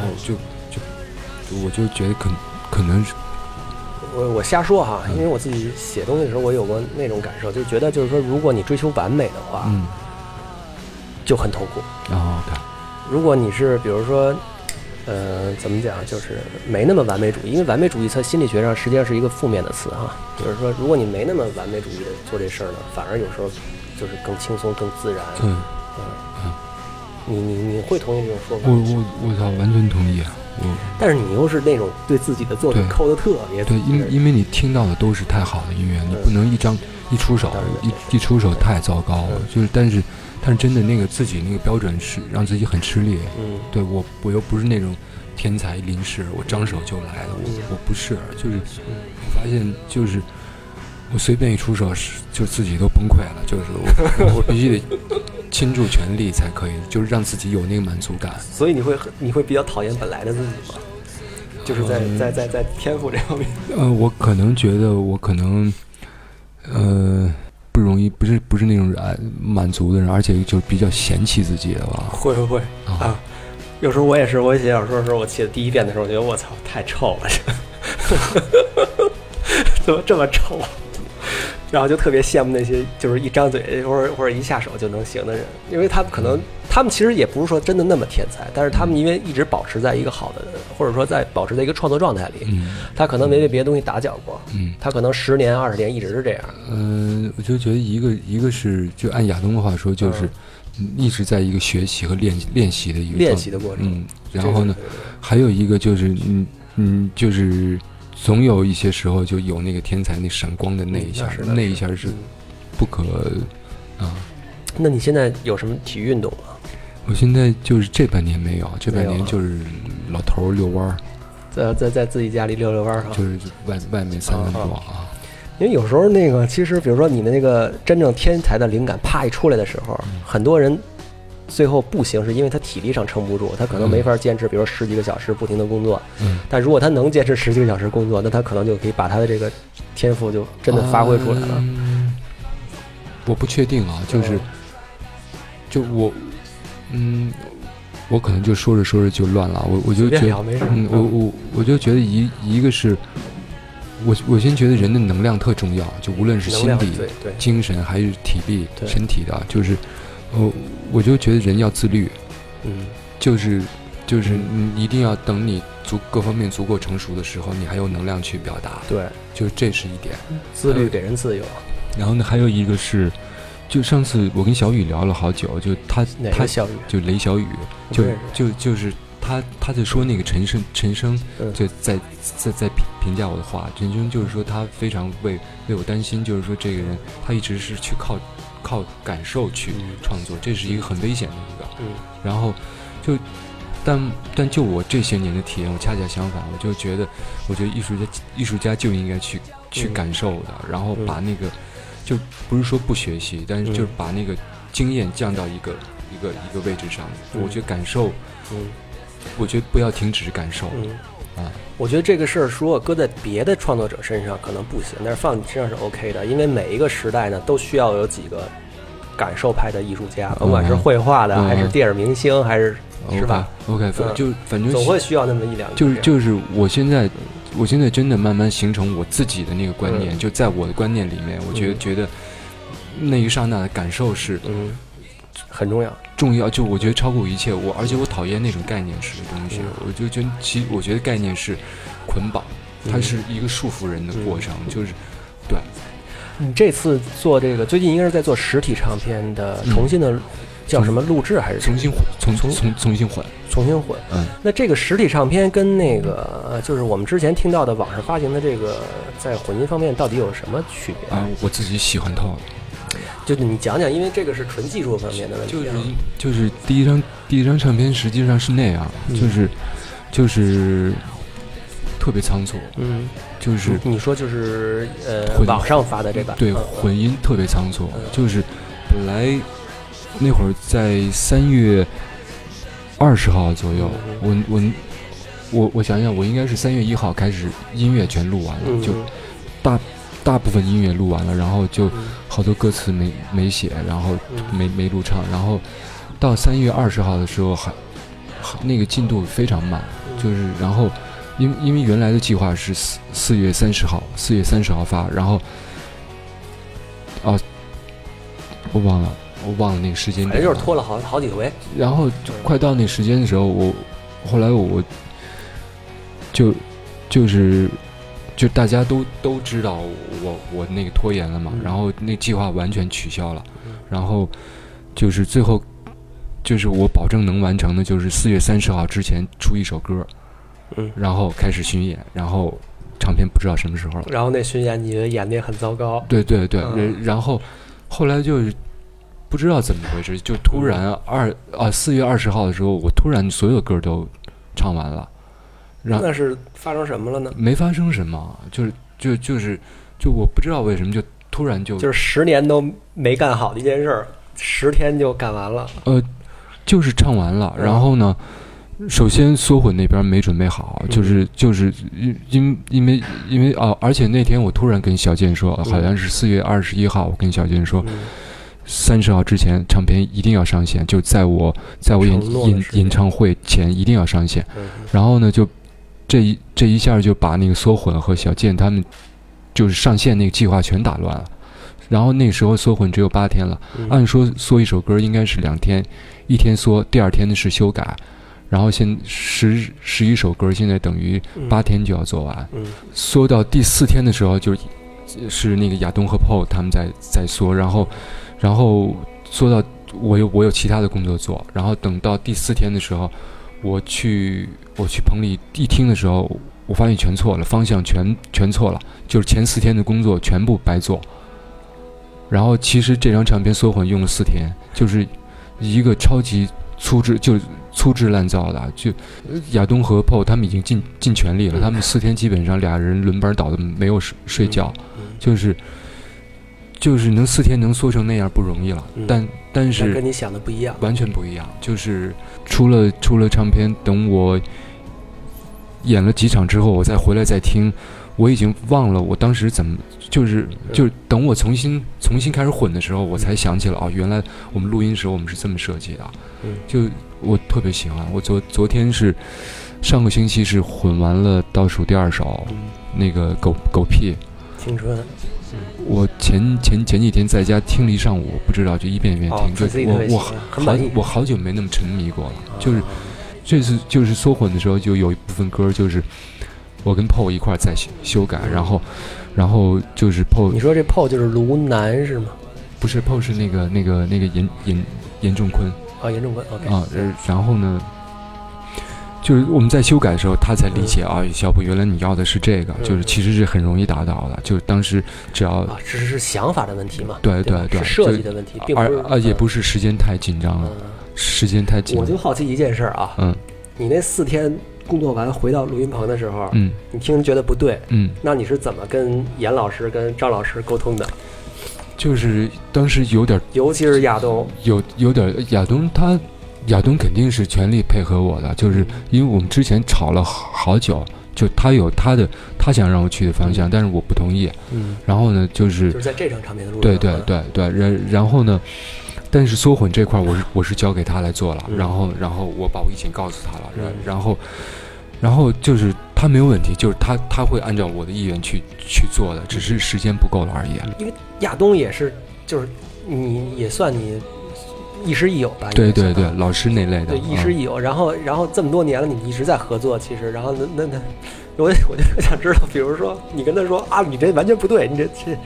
Speaker 3: 然后就就我就觉得可可能是
Speaker 1: 我我瞎说哈，
Speaker 3: 嗯
Speaker 1: 因为我自己写东西的时候，我有过那种感受，就觉得就是说，如果你追求完美的话，
Speaker 3: 嗯，啊
Speaker 1: 就很痛苦。
Speaker 3: 然后看
Speaker 1: 如果你是比如说，呃，怎么讲，就是没那么完美主义，因为完美主义它心理学上实际上是一个负面的词哈，就是说，如果你没那么完美主义的做这事儿呢，反而有时候就是更轻松、更自然。
Speaker 3: 对，
Speaker 1: 你你你会同意这种说法
Speaker 3: 我
Speaker 1: 吗？
Speaker 3: 我我操，完全同意啊！我
Speaker 1: 但是你又是那种对自己的作品
Speaker 3: 对
Speaker 1: 扣的特别
Speaker 3: 对，因
Speaker 1: 紧
Speaker 3: 因为你听到的都是太好的音乐，你
Speaker 1: 嗯
Speaker 3: 不能一张一出手
Speaker 1: 当然也是
Speaker 3: 一一出手太糟糕了。就是，但是但是真的那个自己那个标准是让自己很吃力。
Speaker 1: 嗯
Speaker 3: 对我我又不是那种天才临时我张手就来的，我
Speaker 1: 嗯
Speaker 3: 我不是，就是我发现就是我随便一出手是就自己都崩溃了，就是我我必须得 倾注全力才可以，就是让自己有那个满足感。
Speaker 1: 所以你会很你会比较讨厌本来的自己吗？就是在
Speaker 3: 嗯
Speaker 1: 在在在天赋这方面，
Speaker 3: 呃，我可能觉得我可能，呃，不容易，不是不是那种呃满足的人，而且就比较嫌弃自己的吧。
Speaker 1: 会不会
Speaker 3: 啊，
Speaker 1: 啊？有时候我也是，我写小说的时候，我写的第一遍的时候，我觉得我操，太臭了， 怎么这么臭？啊然后就特别羡慕那些就是一张嘴或者或者一下手就能行的人，因为他们可
Speaker 3: 嗯
Speaker 1: 能他们其实也不是说真的那么天才，但是他们因为一直保持在一个好的，或者说在保持在一个创作状态里，
Speaker 3: 嗯
Speaker 1: 他可能没被别的东西打搅过，
Speaker 3: 嗯，
Speaker 1: 他可能十年二十年一直是这样，
Speaker 3: 呃，我就觉得一个一个是就按亚东的话说，
Speaker 1: 嗯
Speaker 3: 就是一直在一个学习和练练习的一个
Speaker 1: 练
Speaker 3: 状
Speaker 1: 习的过程。
Speaker 3: 嗯，然后呢
Speaker 1: 这，个是？
Speaker 3: 还有一个就是嗯嗯，就是总有一些时候就有那个天才那闪光的那一
Speaker 1: 嗯
Speaker 3: 下
Speaker 1: 那是，
Speaker 3: 那一下
Speaker 1: 是
Speaker 3: 是不可啊。
Speaker 1: 那你现在有什么体育运动吗？
Speaker 3: 我现在就是这半年没有，这半
Speaker 1: 没有
Speaker 3: 年
Speaker 1: 啊
Speaker 3: 就是老头儿遛弯儿，
Speaker 1: 在在在自己家里遛遛弯儿啊
Speaker 3: 就。是外外面散散步啊。
Speaker 1: 因为有时候那个，其实比如说你的那个真正天才的灵感啪一出来的时候，
Speaker 3: 嗯
Speaker 1: 很多人最后不行，是因为他体力上撑不住，他可能没法坚持，比如说十几个小时不停的工作。
Speaker 3: 嗯，
Speaker 1: 但如果他能坚持十几个小时工作，那他可能就可以把他的这个天赋就真的发挥出来了。
Speaker 3: 嗯我不确定啊，就是
Speaker 1: 哦，
Speaker 3: 就我，嗯，我可能就说着说着就乱了，我我就
Speaker 1: 随
Speaker 3: 觉
Speaker 1: 便
Speaker 3: 得
Speaker 1: 聊，没事。
Speaker 3: 嗯，我我我就觉得一一个是，我我先觉得人的能量特重要，就无论是
Speaker 1: 能
Speaker 3: 心
Speaker 1: 量
Speaker 3: 理、
Speaker 1: 对对，
Speaker 3: 精神还是体力、
Speaker 1: 对
Speaker 3: 身体的，就是，呃，我就觉得人要自律，
Speaker 1: 嗯，
Speaker 3: 就是就是你一定要等你足各方面足够成熟的时候，你还有能量去表达，
Speaker 1: 对，
Speaker 3: 就是这是一点。
Speaker 1: 自律给人自由。
Speaker 3: 然后呢，还有一个是，就上次我跟小雨聊了好久，就他
Speaker 1: 哪
Speaker 3: 他
Speaker 1: 个效率？
Speaker 3: 就雷小雨，
Speaker 1: 我
Speaker 3: 就
Speaker 1: 不认识
Speaker 3: 就就是他他在说那个陈升陈升
Speaker 1: 嗯
Speaker 3: 就在在在评评价我的话，陈升就是说他非常为为我担心，就是说这个人他一直是去靠靠感受去
Speaker 1: 嗯
Speaker 3: 创作，这是一个很危险的一个。
Speaker 1: 嗯
Speaker 3: 然后就，但但就我这些年的体验，我恰恰相反，我就觉得，我觉得艺术家艺术家就应该去去
Speaker 1: 嗯
Speaker 3: 感受的，然后
Speaker 1: 嗯
Speaker 3: 把那个，就不是说不学习，但是
Speaker 1: 嗯
Speaker 3: 就是把那个经验降到一个一个一个位置上。
Speaker 1: 嗯
Speaker 3: 我觉得感受，
Speaker 1: 嗯。
Speaker 3: 我觉得不要停止感受。
Speaker 1: 嗯
Speaker 3: 啊，
Speaker 1: 我觉得这个事儿如果搁在别的创作者身上可能不行，但是放你身上是 OK 的，因为每一个时代呢都需要有几个感受派的艺术家，甭管是绘画的，
Speaker 3: 嗯
Speaker 1: 还是电影明星，还是嗯是吧
Speaker 3: OK，OK，反、
Speaker 1: 嗯
Speaker 3: 就反正
Speaker 1: 总会需要那么一两个。
Speaker 3: 就是就是我现在，我现在真的慢慢形成我自己的那个观念，
Speaker 1: 嗯
Speaker 3: 就在我的观念里面，我觉得、
Speaker 1: 嗯
Speaker 3: 觉得那一刹那的感受是
Speaker 1: 嗯，很重要。
Speaker 3: 重要，就我觉得超过一切。我而且我讨厌那种概念式的东西，
Speaker 1: 嗯
Speaker 3: 我就觉得其我觉得概念是捆绑，
Speaker 1: 嗯
Speaker 3: 它是一个束缚人的过程，就是对，
Speaker 1: 你嗯这次做这个，最近应该是在做实体唱片的，
Speaker 3: 嗯
Speaker 1: 重新的叫什么录制还是
Speaker 3: 重新重
Speaker 1: 从
Speaker 3: 重重重新混，
Speaker 1: 重新混？
Speaker 3: 嗯，
Speaker 1: 那这个实体唱片跟那个呃就是我们之前听到的网上发行的这个在混音方面到底有什么区别？
Speaker 3: 啊，我自己喜欢透了。
Speaker 1: 就是你讲讲，因为这个是纯技术方面的问题
Speaker 3: 就
Speaker 1: 啊。
Speaker 3: 是就是第一张第一张唱片实际上是那样，
Speaker 1: 嗯
Speaker 3: 就是就是特别仓促，
Speaker 1: 嗯，
Speaker 3: 就是
Speaker 1: 你说就是呃，
Speaker 3: 混
Speaker 1: 网上发的这版
Speaker 3: 对
Speaker 1: 嗯
Speaker 3: 混音特别仓促
Speaker 1: 嗯，
Speaker 3: 就是本来那会儿在三月二十号左右，我
Speaker 1: 嗯
Speaker 3: 我我我想想，我应该是三月一号开始音乐全录完了，
Speaker 1: 嗯
Speaker 3: 就大大部分音乐录完了，然后就
Speaker 1: 嗯
Speaker 3: 好多歌词没没写，然后
Speaker 1: 嗯
Speaker 3: 没没录唱，然后到三月二十号的时候还还那个进度非常慢，就是然后因因为原来的计划是四四月三十号，四月三十号发，然后哦，我忘了，我忘了那个时间
Speaker 1: 反
Speaker 3: 点
Speaker 1: 正
Speaker 3: 了，
Speaker 1: 就是拖了好好几回。
Speaker 3: 然后就快到那时间的时候，我后来我就就是就大家都都知道我我那个拖延了嘛，
Speaker 1: 嗯
Speaker 3: 然后那计划完全取消了
Speaker 1: 嗯，
Speaker 3: 然后就是最后就是我保证能完成的，就是四月三十号之前出一首歌，
Speaker 1: 嗯
Speaker 3: 然后开始巡演，然后唱片不知道什么时候了。
Speaker 1: 然后那巡演你演的也很糟糕，
Speaker 3: 对对对，
Speaker 1: 嗯
Speaker 3: 然然后后来就是不知道怎么回事，就突然
Speaker 1: 嗯
Speaker 3: 二啊四月二十号的时候，我突然所有歌都唱完了，然
Speaker 1: 那是发生什么了呢？
Speaker 3: 没发生什么，就是就就是就我不知道为什么就突然就
Speaker 1: 就是十年都没干好的一件事儿，十天就干完了。
Speaker 3: 就是唱完了，
Speaker 1: 嗯
Speaker 3: 然后呢，首先缩混那边没准备好，
Speaker 1: 嗯
Speaker 3: 就是就是因因因为因为啊，而且那天我突然跟小健说，好像是四月二十一号，我跟小健说。
Speaker 1: 嗯
Speaker 3: 三十号之前唱片一定要上线，就在我在我演
Speaker 1: 承诺的
Speaker 3: 演
Speaker 1: 时间
Speaker 3: 演唱会前一定要上线。
Speaker 1: 嗯
Speaker 3: 然后呢，就这一这一下就把那个缩混和小健他们就是上线那个计划全打乱了。然后那时候缩混只有八天了，
Speaker 1: 嗯
Speaker 3: 按说缩一首歌应该是两天，一天缩，第二天是修改。然后现十十一首歌，现在等于八天就要做完。
Speaker 1: 嗯
Speaker 3: 缩到第四天的时候，就是是那个亚东和 PO 他们在在缩，然后然后缩到我有我有其他的工作做，然后等到第四天的时候，我去我去棚里一听的时候，我发现全错了，方向全全错了，就是前四天的工作全部白做。然后其实这张唱片缩混用了四天，就是一个超级粗制就是粗制滥造的，就亚东和 PO 他们已经尽尽全力了，
Speaker 1: 嗯
Speaker 3: 他们四天基本上俩人轮班倒的没有睡睡觉，
Speaker 1: 嗯
Speaker 3: 就是就是能四天能缩成那样不容易了，
Speaker 1: 嗯
Speaker 3: 但但
Speaker 1: 那
Speaker 3: 是
Speaker 1: 跟你想的不一样。
Speaker 3: 完全不一样，就是出了出了唱片，等我演了几场之后，我再回来再听，我已经忘了我当时怎么。就是
Speaker 1: 嗯
Speaker 3: 就是等我重新重新开始混的时候，我才想起了哦，原来我们录音时候我们是这么设计的。啊
Speaker 1: 嗯
Speaker 3: 就我特别喜欢，我昨昨天是上个星期是混完了倒数第二首
Speaker 1: 嗯，
Speaker 3: 那个狗狗屁，
Speaker 1: 青春
Speaker 3: 我前前前几天在家听了一上午，不知道就一遍一遍
Speaker 1: 哦，
Speaker 3: 听，
Speaker 1: 对自己
Speaker 3: 就
Speaker 1: 特
Speaker 3: 我
Speaker 1: 别喜
Speaker 3: 我
Speaker 1: 欢
Speaker 3: 好
Speaker 1: 很满意。
Speaker 3: 我好久没那么沉迷过了。就是
Speaker 1: 啊
Speaker 3: 这次就是缩混的时候，就有一部分歌就是我跟 PO 一块儿在修修改，
Speaker 1: 嗯
Speaker 3: 然后然后就是 PO
Speaker 1: 你说这 PO 就是卢南是吗？
Speaker 3: 不是 PO 是那个那个那个严严严仲坤
Speaker 1: 啊，严仲坤，OK，
Speaker 3: 啊，呃然后呢，就是我们在修改的时候，他才理解啊，小布原来你要的是这个，
Speaker 1: 嗯
Speaker 3: 就是其实是很容易达到的，就是当时只要
Speaker 1: 啊，只是想法的问题嘛，
Speaker 3: 对
Speaker 1: 吧
Speaker 3: 对对
Speaker 1: 是设计
Speaker 3: 就
Speaker 1: 的问题，并不
Speaker 3: 而
Speaker 1: 是
Speaker 3: 而也不
Speaker 1: 是。
Speaker 3: 是啊时间太紧张了，
Speaker 1: 嗯
Speaker 3: 时间太紧
Speaker 1: 我就
Speaker 3: 了，
Speaker 1: 好奇一件事儿啊，
Speaker 3: 嗯
Speaker 1: 你那四天工作完回到录音棚的时候，
Speaker 3: 嗯
Speaker 1: 你听觉得不对，
Speaker 3: 嗯，
Speaker 1: 那你是怎么跟严老师、跟张老师沟通的？
Speaker 3: 就是当时有点
Speaker 1: 尤其是亚东，
Speaker 3: 有有点亚东他。亚东肯定是全力配合我的，就是因为我们之前吵了好好久，就他有他的他想让我去的方向，但是我不同意。
Speaker 1: 嗯，
Speaker 3: 然后呢，就是
Speaker 1: 就是在这场场面的嗯路上，啊
Speaker 3: 对对，对对，然然后呢，但是缩混这块儿我是我是交给他来做了，
Speaker 1: 嗯
Speaker 3: 然后然后我把我意见告诉他了，然
Speaker 1: 嗯
Speaker 3: 然后然后就是他没有问题，就是他他会按照我的意愿去去做的，只
Speaker 1: 嗯
Speaker 3: 是时间不够了而已。
Speaker 1: 因为亚东也是，就是你也算你亦师亦友吧，
Speaker 3: 对
Speaker 1: 应该
Speaker 3: 对
Speaker 1: 是
Speaker 3: 对
Speaker 1: 啊，
Speaker 3: 老师那类的，
Speaker 1: 对亦师
Speaker 3: 嗯
Speaker 1: 亦友。然后然后这么多年了，你们一直在合作，其实，然后那那那，我就我就想知道，比如说你跟他说啊，你这完全不对，你这这。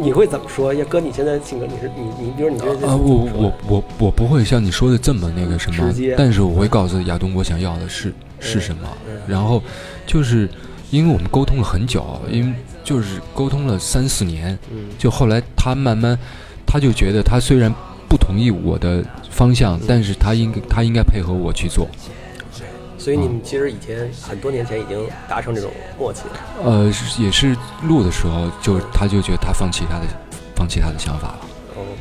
Speaker 1: 你会怎么说？呀哥，你现在性格你是你你，比如你这这
Speaker 3: 啊，我我我我不会像你说的这么那个什么
Speaker 1: 直接，
Speaker 3: 但是我会告诉亚东我想要的是是什么。
Speaker 1: 嗯
Speaker 3: 然后就是因为我们沟通了很久，因为就是沟通了三四年，
Speaker 1: 嗯
Speaker 3: 就后来他慢慢，他就觉得他虽然不同意我的方向，但是他应该他应该配合我去做。
Speaker 1: 所以
Speaker 3: 嗯
Speaker 1: 你们其实以前很多年前已经达成这种默契了。
Speaker 3: 呃，是也是录的时候，就他就觉得他放弃他的放弃他的想法了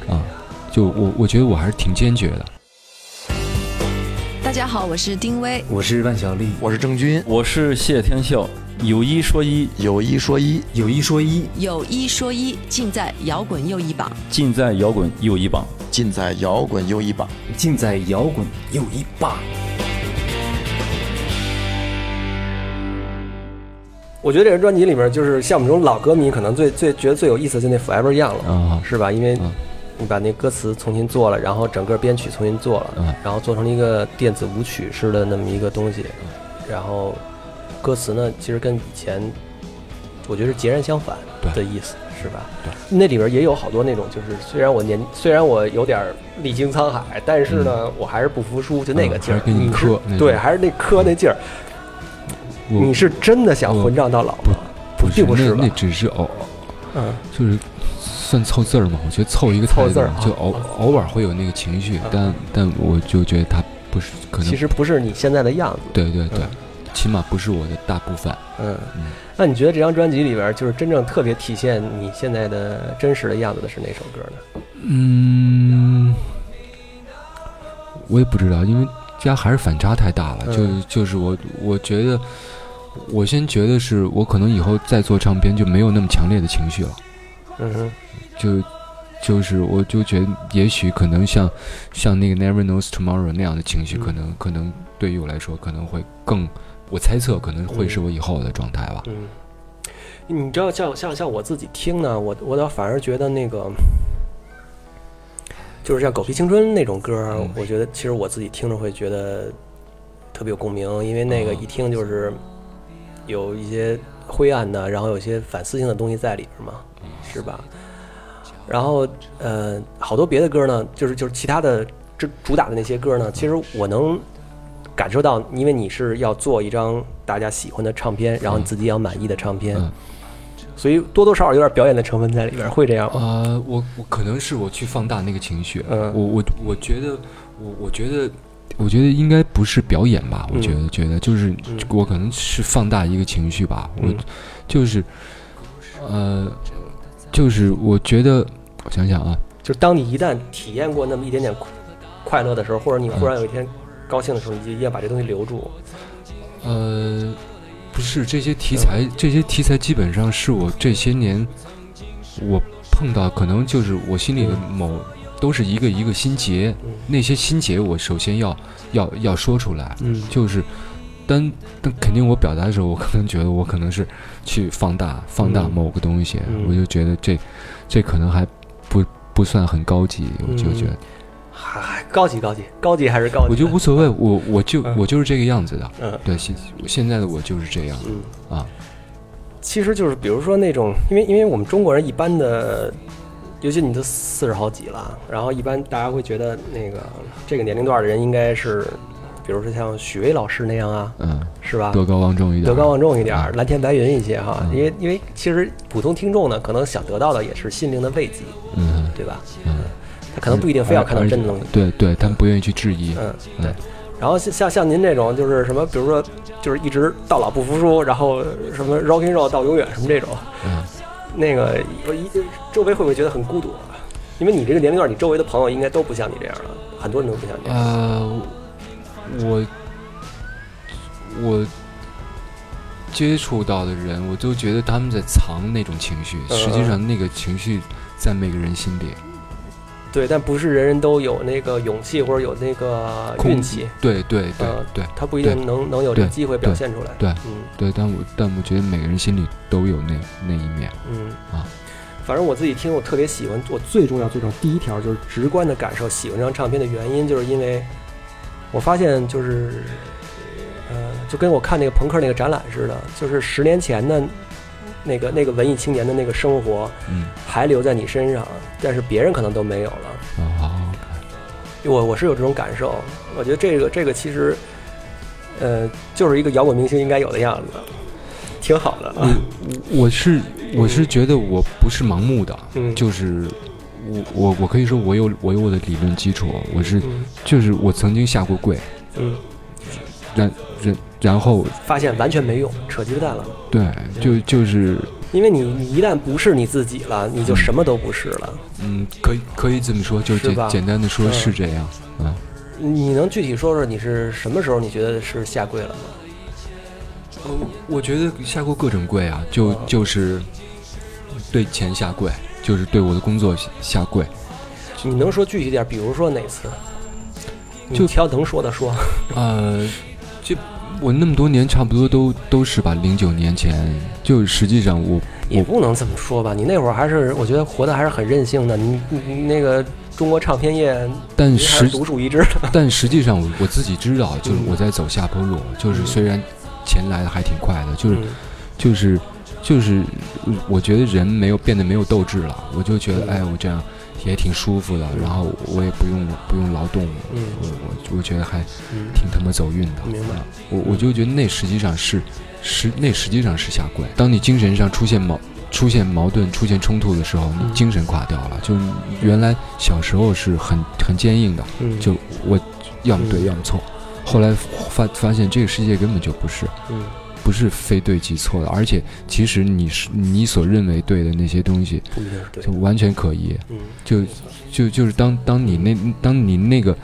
Speaker 1: 哦，
Speaker 3: 啊、就我我觉得我还是挺坚决的。
Speaker 5: 大大家好，我是丁薇。
Speaker 6: 我是万小丽，
Speaker 7: 我是郑钧，
Speaker 8: 我是谢天笑，有一说一，
Speaker 7: 有一说一，
Speaker 6: 有一说一，
Speaker 5: 有一说一，尽在摇滚又一榜。
Speaker 8: 尽在摇滚又一榜。
Speaker 7: 尽在摇滚又一榜。
Speaker 6: 尽在摇滚又一榜。
Speaker 1: 我觉得这张专辑里面，就是像我们这种老歌迷，可能最最觉得最有意思的就那 Forever Young 了，
Speaker 3: 啊
Speaker 1: 是吧？因为
Speaker 3: 嗯
Speaker 1: 你把那歌词重新做了，然后整个编曲重新做了，
Speaker 3: 嗯
Speaker 1: 然后做成了一个电子舞曲式的那么一个东西，
Speaker 3: 嗯
Speaker 1: 然后歌词呢，其实跟以前我觉得是截然相反
Speaker 3: 对
Speaker 1: 的意思，是吧？
Speaker 3: 对，
Speaker 1: 那里边也有好多那种，就是虽然我年虽然我有点历经沧海，但是呢，我还是不服输，就那个劲儿，
Speaker 3: 嗯嗯还是给你
Speaker 1: 是
Speaker 3: 磕那种嗯
Speaker 1: 对，还是那磕那劲儿，
Speaker 3: 我
Speaker 1: 你是真的想混账到老吗？并不是吧
Speaker 3: 那那只是偶，
Speaker 1: 嗯，
Speaker 3: 就是算凑字儿嘛。我觉得凑一个
Speaker 1: 凑字儿
Speaker 3: 态
Speaker 1: 啊
Speaker 3: 度就偶偶尔会有那个情绪
Speaker 1: 啊，
Speaker 3: 但但我就觉得它不是可能
Speaker 1: 嗯其，实不是你现在的样子。
Speaker 3: 对对对
Speaker 1: 嗯，
Speaker 3: 起码不是我的大部分。
Speaker 1: 嗯
Speaker 3: 嗯，
Speaker 1: 那你觉得这张专辑里边，就是真正特别体现你现在的真实的样子的是哪首歌呢？
Speaker 3: 嗯，我也不知道，因为家还是反差太大了。
Speaker 1: 嗯
Speaker 3: 就就是我，我觉得，我先觉得是我可能以后再做唱片就没有那么强烈的情绪了。
Speaker 1: 嗯哼，
Speaker 3: 就就是我就觉得，也许可能像像那个 Never Knows Tomorrow 那样的情绪，
Speaker 1: 嗯
Speaker 3: 可能可能对于我来说可能会更，我猜测可能会是我以后的状态吧。
Speaker 1: 嗯，你知道像像像我自己听呢，我我倒反而觉得那个，就是像《狗屁青春》那种歌，
Speaker 3: 嗯
Speaker 1: 我觉得其实我自己听着会觉得特别有共鸣，因为那个
Speaker 3: 哦
Speaker 1: 一听就是有一些灰暗的，然后有一些反思性的东西在里边嘛，是吧？然后呃，好多别的歌呢，就是就是其他的这主打的那些歌呢，其实我能感受到，因为你是要做一张大家喜欢的唱片，然后你自己要满意的唱片，
Speaker 3: 嗯
Speaker 1: 所以多多少少有点表演的成分在里边，会这样吗？
Speaker 3: 啊，我我可能是我去放大那个情绪，
Speaker 1: 嗯
Speaker 3: 我我我觉得，我我觉得，我觉得应该不是表演吧，我
Speaker 1: 嗯
Speaker 3: 觉得觉得就是
Speaker 1: 嗯
Speaker 3: 我可能是放大一个情绪吧，我
Speaker 1: 嗯
Speaker 3: 就是，呃，就是我觉得，我想想啊，
Speaker 1: 就是当你一旦体验过那么一点点快快乐的时候，或者你忽然有一天高兴的时候，你就一定要把这东西留住。
Speaker 3: 呃，不是这些题材，
Speaker 1: 嗯
Speaker 3: 这些题材基本上是我这些年我碰到，可能就是我心里的某都是一个一个心结，
Speaker 1: 嗯
Speaker 3: 那些心结我首先要要要说出来，
Speaker 1: 嗯
Speaker 3: 就是，但但肯定我表达的时候，我可能觉得我可能是去放大放大
Speaker 1: 嗯
Speaker 3: 某个东西，
Speaker 1: 嗯
Speaker 3: 我就觉得这这可能还不不算很高级，我就觉得、
Speaker 1: 嗨，高级高级高级还是嗯高级，
Speaker 3: 我就无所谓，我我就、
Speaker 1: 嗯
Speaker 3: 我就是这个样子的，
Speaker 1: 嗯
Speaker 3: 对现现在的我就是这样，
Speaker 1: 嗯
Speaker 3: 啊，
Speaker 1: 其实就是比如说那种，因为因为我们中国人一般的，尤其你都四十好几了，然后一般大家会觉得那个这个年龄段的人应该是，比如说像许巍老师那样啊，
Speaker 3: 嗯，
Speaker 1: 是吧？
Speaker 3: 德高望重一点，
Speaker 1: 德高望重一点儿，蓝天白云一些哈，
Speaker 3: 嗯
Speaker 1: 因为因为其实普通听众呢，可能想得到的也是心灵的慰藉，
Speaker 3: 嗯
Speaker 1: 对吧？
Speaker 3: 嗯，
Speaker 1: 他可能不一定非要看到
Speaker 3: 哎而
Speaker 1: 真的东西，
Speaker 3: 对对，他们不愿意去质疑，
Speaker 1: 嗯，
Speaker 3: 嗯
Speaker 1: 对。然后像像像您这种，就是什么，比如说，就是一直到老不服输，然后什么 rock and roll 到永远什么这种，
Speaker 3: 嗯
Speaker 1: 那个我一周围会不会觉得很孤独啊？因为你这个年龄段，你周围的朋友应该都不像你这样了，很多人都不像你这样。
Speaker 3: 呃，我我接触到的人，我都觉得他们在藏那种情绪，
Speaker 1: 嗯
Speaker 3: 实际上那个情绪在每个人心里，
Speaker 1: 对，但不是人人都有那个勇气或者有那个
Speaker 3: 空
Speaker 1: 运气，
Speaker 3: 对对对
Speaker 1: 呃
Speaker 3: 对
Speaker 1: 他不一定能能有这个
Speaker 3: 对
Speaker 1: 机会表现出来。
Speaker 3: 对
Speaker 1: 嗯
Speaker 3: 对，但我但我觉得每个人心里都有那那一面，
Speaker 1: 嗯
Speaker 3: 啊。
Speaker 1: 反正我自己听，我特别喜欢。我最重要、最重要第一条就是直观的感受喜欢这张唱片的原因，就是因为我发现就是，呃，就跟我看那个朋克那个展览似的，就是十年前的那个那个文艺青年的那个生活，
Speaker 3: 嗯
Speaker 1: 还留在你身上，但是别人可能都没有了。
Speaker 3: 啊好，
Speaker 1: 我我是有这种感受，我觉得这个这个其实，呃，就是一个摇滚明星应该有的样子，挺好的。啊
Speaker 3: 我我是我是觉得我不是盲目的，
Speaker 1: 嗯
Speaker 3: 就是。我我我可以说我有我有我的理论基础，我是
Speaker 1: 嗯
Speaker 3: 就是我曾经下过跪，
Speaker 1: 嗯，
Speaker 3: 然然然后
Speaker 1: 发现完全没用，扯鸡巴蛋了。
Speaker 3: 对，就
Speaker 1: 嗯
Speaker 3: 就是，
Speaker 1: 因为你你一旦不是你自己了，你就什么都不是了。
Speaker 3: 嗯，可以可以这么说，就是
Speaker 1: 吧
Speaker 3: 简简单的说
Speaker 1: 嗯
Speaker 3: 是这样，嗯，
Speaker 1: 你能具体说说你是什么时候你觉得是下跪了吗？嗯
Speaker 3: 呃，我觉得下过各种跪啊，就
Speaker 1: 哦
Speaker 3: 就是对钱下跪，就是对我的工作下跪。
Speaker 1: 你能说具体点，比如说哪次？你
Speaker 3: 就
Speaker 1: 挑能说的说。
Speaker 3: 呃，就我那么多年差不多都都是吧，零九年前，就实际上我
Speaker 1: 也不能这么说吧，你那会儿还是我觉得活得还是很任性的。你你你那个中国唱片业，
Speaker 3: 但
Speaker 1: 你还是
Speaker 3: 实
Speaker 1: 独树一帜的。
Speaker 3: 但实际上我我自己知道，就是
Speaker 1: 嗯
Speaker 3: 我在走下坡路，就是
Speaker 1: 嗯
Speaker 3: 虽然钱来的还挺快的，就是
Speaker 1: 嗯
Speaker 3: 就是就是，呃我觉得人没有变得没有斗志了，我就觉得
Speaker 1: 嗯
Speaker 3: 哎，我这样也挺舒服的，
Speaker 1: 嗯
Speaker 3: 然后我也不用不用劳动，
Speaker 1: 嗯
Speaker 3: 我我我觉得还
Speaker 1: 嗯
Speaker 3: 挺他妈走运的。
Speaker 1: 明白
Speaker 3: 啊我我就觉得那实际上是实那实际上是下跪。当你精神上出现矛出现矛盾、出现冲突的时候，你
Speaker 1: 嗯
Speaker 3: 精神垮掉了。就是原来小时候是很很坚硬的，
Speaker 1: 嗯，
Speaker 3: 就我要么对，
Speaker 1: 嗯
Speaker 3: 要么错。后来发发现这个世界根本就不是，
Speaker 1: 嗯
Speaker 3: 不是非对即错的，而且其实你是你所认为对的那些东西，
Speaker 1: 不一定是对
Speaker 3: 就。完全可疑。
Speaker 1: 嗯
Speaker 3: 就就就是当当你那当你那个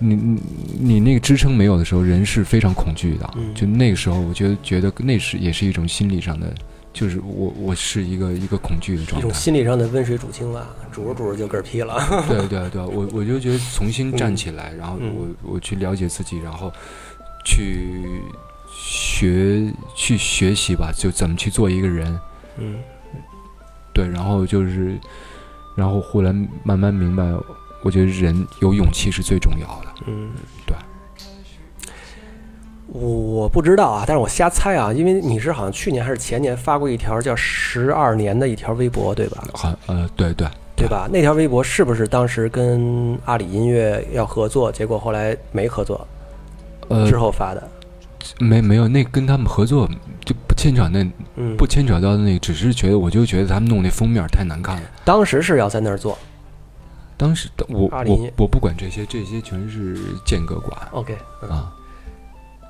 Speaker 3: 你你你那个支撑没有的时候，人是非常恐惧的。
Speaker 1: 嗯
Speaker 3: 就那个时候，我觉得觉得那是也是一种心理上的，就是我我是一个一个恐惧的
Speaker 1: 一
Speaker 3: 状
Speaker 1: 种
Speaker 3: 态。
Speaker 1: 心理上的温水煮青蛙，煮着煮着就嗝屁了。
Speaker 3: 对对对，我我就觉得重新站起来，然后
Speaker 1: 嗯
Speaker 3: 我我去了解自己，然后去学去学习吧，就怎么去做一个人。
Speaker 1: 嗯
Speaker 3: 对，然后就是，然后忽然慢慢明白，我觉得人有勇气是最重要的。
Speaker 1: 嗯，
Speaker 3: 对。
Speaker 1: 我不知道啊，但是我瞎猜啊，因为你是好像去年还是前年发过一条叫“十二年”的一条微博，对吧？
Speaker 3: 好，呃，对对，
Speaker 1: 对吧？那条微博是不是当时跟阿里音乐要合作，结果后来没合作
Speaker 3: 呃
Speaker 1: 之，后发的？
Speaker 3: 没没有，那跟他们合作就不牵扯那
Speaker 1: 嗯，
Speaker 3: 不，牵扯到那个，只是觉得我就觉得他们弄那封面太难看了。
Speaker 1: 当时是要在那儿做。
Speaker 3: 当时我
Speaker 1: 二零
Speaker 3: 我我不管这些，这些全是间隔管
Speaker 1: OK，嗯，
Speaker 3: 啊。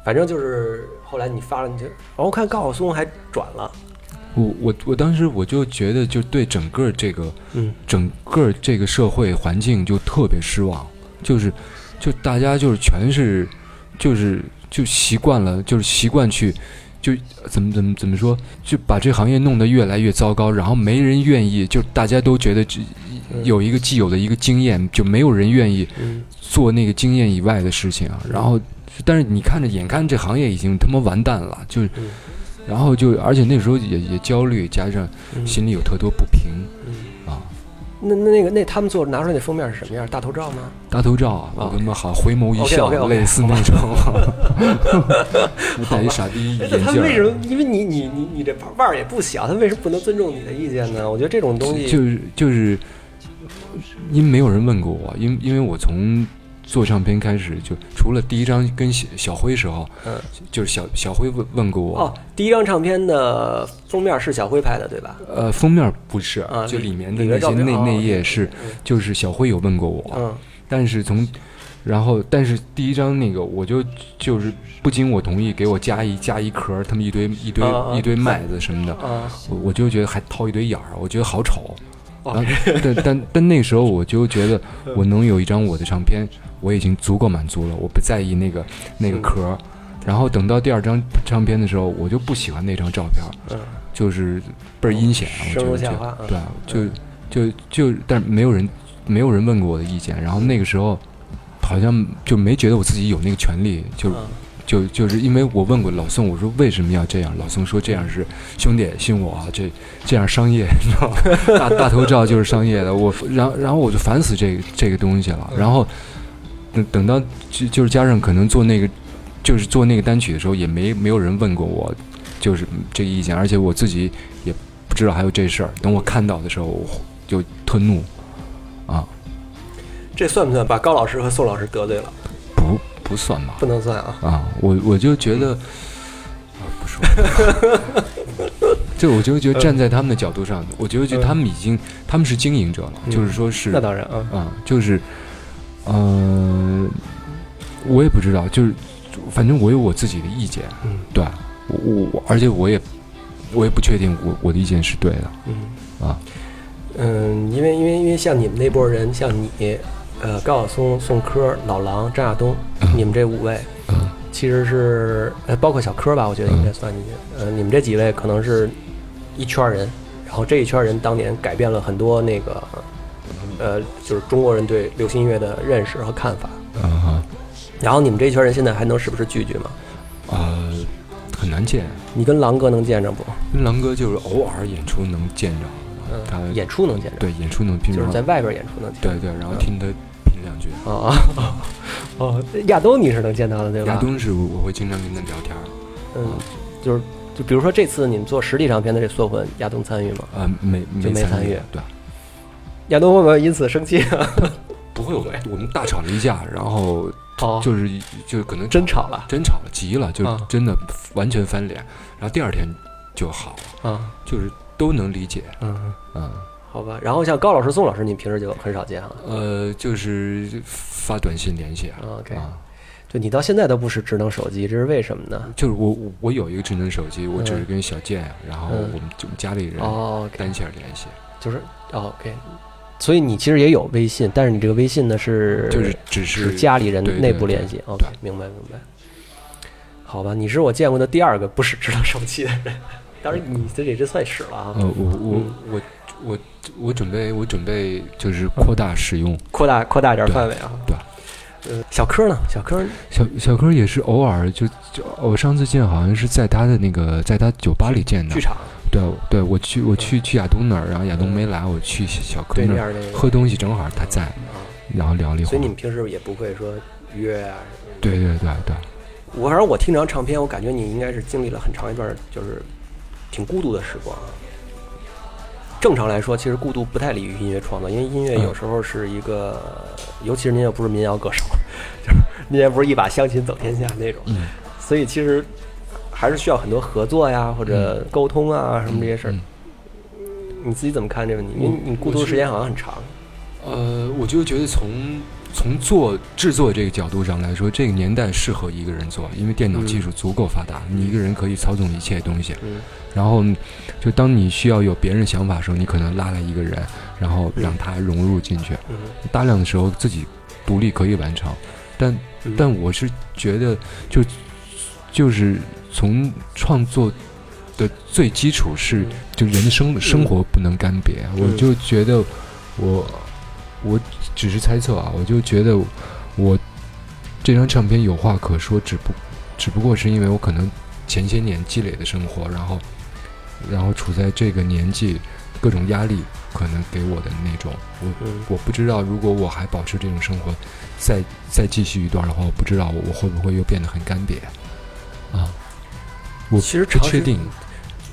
Speaker 1: 反正就是后来你发了，你就，哦，我看高晓松还转了。
Speaker 3: 我我我当时我就觉得，就对整个这个
Speaker 1: 嗯
Speaker 3: 整个这个社会环境就特别失望，就是就大家就是全是就是就习惯了，就是习惯去就怎么怎么怎么说，就把这行业弄得越来越糟糕，然后没人愿意，就大家都觉得这
Speaker 1: 嗯
Speaker 3: 有一个既有的一个经验，就没有人愿意
Speaker 1: 嗯
Speaker 3: 做那个经验以外的事情啊。然后，但是你看着，眼看这行业已经他妈完蛋了，就是
Speaker 1: 嗯，
Speaker 3: 然后就，而且那时候也也焦虑，加上
Speaker 1: 嗯
Speaker 3: 心里有特多不平
Speaker 1: 嗯，
Speaker 3: 啊。
Speaker 1: 那那那个那他们做拿出来那封面是什么样？大头照吗？
Speaker 3: 大头照啊，我
Speaker 1: 啊
Speaker 3: 他妈好回眸一笑
Speaker 1: OK，OK，OK，
Speaker 3: 类似那 种，我戴一傻逼眼
Speaker 1: 那哎他
Speaker 3: 镜
Speaker 1: 们为什
Speaker 3: 儿
Speaker 1: 么？因为你你你你这腕儿也不小，他们为什么不能尊重你的意见呢？我觉得这种东西
Speaker 3: 就是就是，因为没有人问过我，因因为我从做唱片开始就，除了第一张跟小小辉时候，
Speaker 1: 嗯
Speaker 3: 就是小小辉问问过我，
Speaker 1: 哦，第一张唱片的封面是小辉拍的，对吧？
Speaker 3: 呃，封面不是，
Speaker 1: 啊
Speaker 3: 就里面的
Speaker 1: 里面
Speaker 3: 那
Speaker 1: 照
Speaker 3: 些
Speaker 1: 片
Speaker 3: 内
Speaker 1: 哦
Speaker 3: 内页是，就是小辉有问过我，
Speaker 1: 嗯
Speaker 3: 但是从，然后但是第一张那个我就就是不经我同意给我加一加一壳，他们一堆一堆、
Speaker 1: 啊啊
Speaker 3: 一堆麦子什么的，
Speaker 1: 啊，
Speaker 3: 我我就觉得还掏一堆眼儿，我觉得好丑。
Speaker 1: 哦嗯
Speaker 3: 然后但但但那时候我就觉得我能有一张我的唱片，我已经足够满足了，我不在意那个那个
Speaker 1: 嗯
Speaker 3: 壳儿。然后等到第二张唱片的时候，我就不喜欢那张照片儿，
Speaker 1: 嗯
Speaker 3: 就是倍儿阴险，我
Speaker 1: 生
Speaker 3: 觉
Speaker 1: 如
Speaker 3: 得
Speaker 1: 夏
Speaker 3: 这
Speaker 1: 花啊
Speaker 3: 对啊，就就就，但是没有人没有人问过我的意见。然后那个时候好像就没觉得我自己有那个权利，就
Speaker 1: 嗯
Speaker 3: 就就是因为我问过老宋，我说为什么要这样？老宋说这样是兄弟信我啊，这这样商业，你知道吗？ 大大头照就是商业的，我然后然后我就烦死这个这个东西了。然后等等到就就是加上可能做那个就是做那个单曲的时候，也没没有人问过我，就是这个意见，而且我自己也不知道还有这事儿。等我看到的时候，我就特怒啊，
Speaker 1: 这算不算把高老师和宋老师得罪了？
Speaker 3: 不不算吧
Speaker 1: 不能算啊。
Speaker 3: 啊，我我就觉
Speaker 1: 嗯
Speaker 3: 得。啊，不说了 就我就觉得站在他们的角度上，我觉得就
Speaker 1: 嗯
Speaker 3: 他们已经他们是经营者了，
Speaker 1: 嗯
Speaker 3: 就是说是
Speaker 1: 那当然啊，
Speaker 3: 啊，就是，呃，我也不知道，就是反正我有我自己的意见，
Speaker 1: 嗯
Speaker 3: 对啊我我我而且我也我也不确定我我的意见是对的，
Speaker 1: 嗯
Speaker 3: 啊
Speaker 1: 嗯，因为因为因为像你们那波人，像你，呃，高晓松、宋柯、老狼、张亚东，你们这五位
Speaker 3: 嗯，
Speaker 1: 其实是呃，包括小柯吧，我觉得
Speaker 3: 嗯
Speaker 1: 应该算进去。呃，你们这几位可能是一圈儿人，然后这一圈儿人当年改变了很多那个，呃，就是中国人对流行音乐的认识和看法。
Speaker 3: 嗯哈，
Speaker 1: 然后你们这一圈人现在还能时不时聚聚吗？
Speaker 3: 呃，很难见。
Speaker 1: 你跟狼哥能见着不？
Speaker 3: 跟狼哥就是偶尔演出能见着，他
Speaker 1: 嗯，演出能见着，
Speaker 3: 对嗯演出能拼
Speaker 1: 就是
Speaker 3: 上，
Speaker 1: 在外边演出能见着。
Speaker 3: 对对，然后听他拼两句。
Speaker 1: 啊啊哦，亚东你是能见到的对吧？
Speaker 3: 亚东是我我会经常跟他聊天儿，
Speaker 1: 嗯，就是就比如说这次你们做实体唱片的这缩混，亚东参与吗？
Speaker 3: 呃，没
Speaker 1: 就
Speaker 3: 没
Speaker 1: 没参与
Speaker 3: 对，
Speaker 1: 亚东会不会因此生气啊？
Speaker 3: 不会，我们我们大吵了一架，然后
Speaker 1: 哦，
Speaker 3: 就是就可能
Speaker 1: 真吵了
Speaker 3: 真吵了，急了，就
Speaker 1: 啊
Speaker 3: 真的完全翻脸，然后第二天就好了，
Speaker 1: 啊，
Speaker 3: 就是都能理解，
Speaker 1: 嗯，
Speaker 3: 嗯，
Speaker 1: 好吧。然后像高老师、宋老师，你平时就很少见啊。
Speaker 3: 呃，就是发短信联系啊，
Speaker 1: OK，
Speaker 3: 啊，
Speaker 1: 就你到现在都不使智能手机，这是为什么呢？
Speaker 3: 就是我我我有一个智能手机，我只是
Speaker 1: 嗯
Speaker 3: 跟小健啊，然后
Speaker 1: 嗯
Speaker 3: 我们就我们家里人
Speaker 1: 哦，OK，
Speaker 3: 单线联系，
Speaker 1: 就是哦 OK，所以你其实也有微信，但是你这个微信呢是
Speaker 3: 就是
Speaker 1: 只
Speaker 3: 只是
Speaker 1: 是家里人
Speaker 3: 对对
Speaker 1: 内部联系。OK，
Speaker 3: 对
Speaker 1: 明白明白。好吧，你是我见过的第二个不使智能手机的人，当然你这也这算使了啊，
Speaker 3: 呃，我我
Speaker 1: 嗯
Speaker 3: 我我我准备我准备就是扩大使用，
Speaker 1: 扩大扩大一点范围啊。
Speaker 3: 对嗯
Speaker 1: 呃，小柯呢？小柯
Speaker 3: 小小柯也是偶尔就就我上次见好像是在他的那个在他酒吧里见的
Speaker 1: 剧，场
Speaker 3: 对对，我去我去去亚东那儿，然后亚东没来，我去小柯
Speaker 1: 对
Speaker 3: 嗯那
Speaker 1: 面
Speaker 3: 儿
Speaker 1: 那个
Speaker 3: 喝东西，正好他在，
Speaker 1: 啊，
Speaker 3: 然后聊了一
Speaker 1: 所
Speaker 3: 会
Speaker 1: 以你
Speaker 3: 儿
Speaker 1: 们。平时也不会说约啊什么的。
Speaker 3: 对对对对，
Speaker 1: 我反正我听这张唱片，我感觉你应该是经历了很长一段就是挺孤独的时光啊。正常来说，其实孤独不太利于音乐创作，因为音乐
Speaker 3: 嗯
Speaker 1: 有时候是一个，尤其是您又不是民谣歌手， 就是您也不是一把乡琴走天下那种，
Speaker 3: 嗯
Speaker 1: 所以其实还是需要很多合作呀或者沟通啊什么这些事儿。
Speaker 3: 嗯
Speaker 1: 你自己怎么看这个问题？因为
Speaker 3: 我
Speaker 1: 你孤独的时间好像很长。
Speaker 3: 呃，我就觉得从从做制作这个角度上来说，这个年代适合一个人做，因为电脑技术足够发达，你一个人可以操纵一切东西。
Speaker 1: 嗯，
Speaker 3: 然后，就当你需要有别人想法的时候，你可能拉来一个人，然后让他融入进去。
Speaker 1: 嗯
Speaker 3: 大量的时候自己独立可以完成，但
Speaker 1: 嗯
Speaker 3: 但我是觉得就就是从创作的最基础是
Speaker 1: 嗯
Speaker 3: 就人生生活不能干瘪，我就觉得我我只是猜测啊，我就觉得我这张唱片有话可说，只不只不过是因为我可能前些年积累的生活，然后然后处在这个年纪，各种压力可能给我的那种我。
Speaker 1: 嗯
Speaker 3: 我不知道，如果我还保持这种生活，再再继续一段的话，我不知道我我会不会又变得很干瘪啊？我
Speaker 1: 其实
Speaker 3: 不
Speaker 1: 长时
Speaker 3: 确定，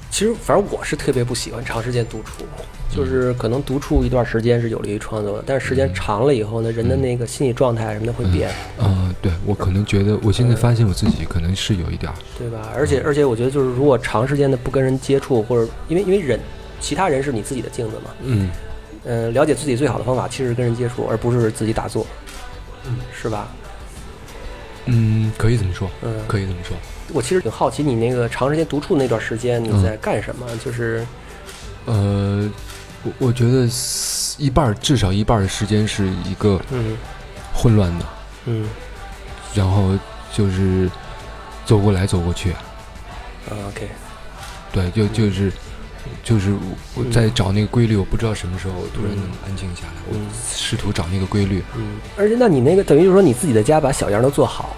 Speaker 1: 其实，反正我是特别不喜欢长时间独处，就是可能独处一段时间是有利于创作的，但是时间长了以后呢，人的那个心理状态什么的会变，
Speaker 3: 呃，对我可能觉得，我现在发现我自己可能是有一点儿，
Speaker 1: 对吧？而且，而且我觉得就是如果长时间的不跟人接触，或者因为因为人，其他人是你自己的镜子嘛，
Speaker 3: 嗯，
Speaker 1: 嗯、了解自己最好的方法其实是跟人接触，而不是自己打坐，嗯，是吧？
Speaker 3: 嗯，可以这么说，
Speaker 1: 嗯，
Speaker 3: 可以这么说，
Speaker 1: 我其实挺好奇你那个长时间独处那段时间你
Speaker 3: 嗯
Speaker 1: 在干什么，就是
Speaker 3: 呃，我我觉得一半儿至少一半儿的时间是一个
Speaker 1: 嗯
Speaker 3: 混乱的，
Speaker 1: 嗯
Speaker 3: 然后就是走过来走过去，
Speaker 1: 啊，OK，
Speaker 3: 对，就就是就是我
Speaker 1: 嗯
Speaker 3: 在找那个规律，我不知道什么时候我突然
Speaker 1: 嗯
Speaker 3: 能安静下来，我
Speaker 1: 嗯
Speaker 3: 试图找那个规律。
Speaker 1: 嗯，而且那你那个等于就是说你自己的家把小样都做好，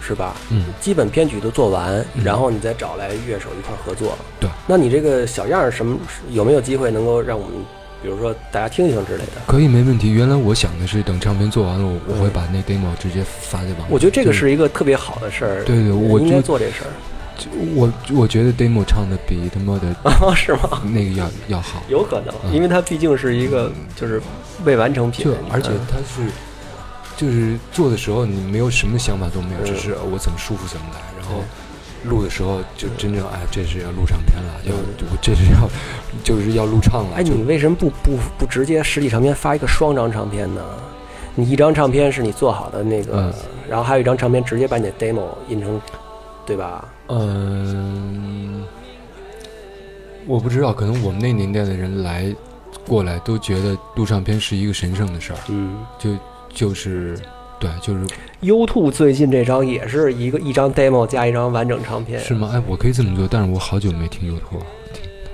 Speaker 1: 是吧？
Speaker 3: 嗯，
Speaker 1: 基本编曲都做完，
Speaker 3: 嗯
Speaker 1: 然后你再找来乐手一块儿合作。
Speaker 3: 对，
Speaker 1: 那你这个小样儿什么有没有机会能够让我们，比如说大家听一听之类的？
Speaker 3: 可以没问题。原来我想的是等唱片做完了，我我
Speaker 1: 嗯
Speaker 3: 会把那 demo 直接发在网上。
Speaker 1: 我觉得这个
Speaker 3: 就是
Speaker 1: 一个特别好的事儿，
Speaker 3: 对对，我
Speaker 1: 应该
Speaker 3: 就
Speaker 1: 做这事儿
Speaker 3: 就我我觉得 demo 唱的比他妈的
Speaker 1: 啊， 是吗？
Speaker 3: 那个要要好，
Speaker 1: 有可能，
Speaker 3: 嗯
Speaker 1: 因为它毕竟是一个就是未完成品
Speaker 3: 就，而且
Speaker 1: 嗯
Speaker 3: 它是。就是做的时候，你没有什么想法都没有，
Speaker 1: 嗯
Speaker 3: 只是呃我怎么舒服怎么来。然后录的时候就真正哎，这是要录唱片了，要
Speaker 1: 嗯
Speaker 3: 我这是要就是要录唱了。
Speaker 1: 哎，
Speaker 3: 就
Speaker 1: 你为什么不不不直接实体唱片发一个双张唱片呢？你一张唱片是你做好的那个，
Speaker 3: 嗯
Speaker 1: 然后还有一张唱片直接把你的 demo 印成，对吧？
Speaker 3: 嗯，我不知道，可能我们那年代的人来过来都觉得录唱片是一个神圣的事儿，
Speaker 1: 嗯，
Speaker 3: 就就是对，就是
Speaker 1: ，U Two 最近这张也是一个一张 demo 加一张完整唱片，
Speaker 3: 是吗？哎，我可以这么做，但是我好久没听 U 托了。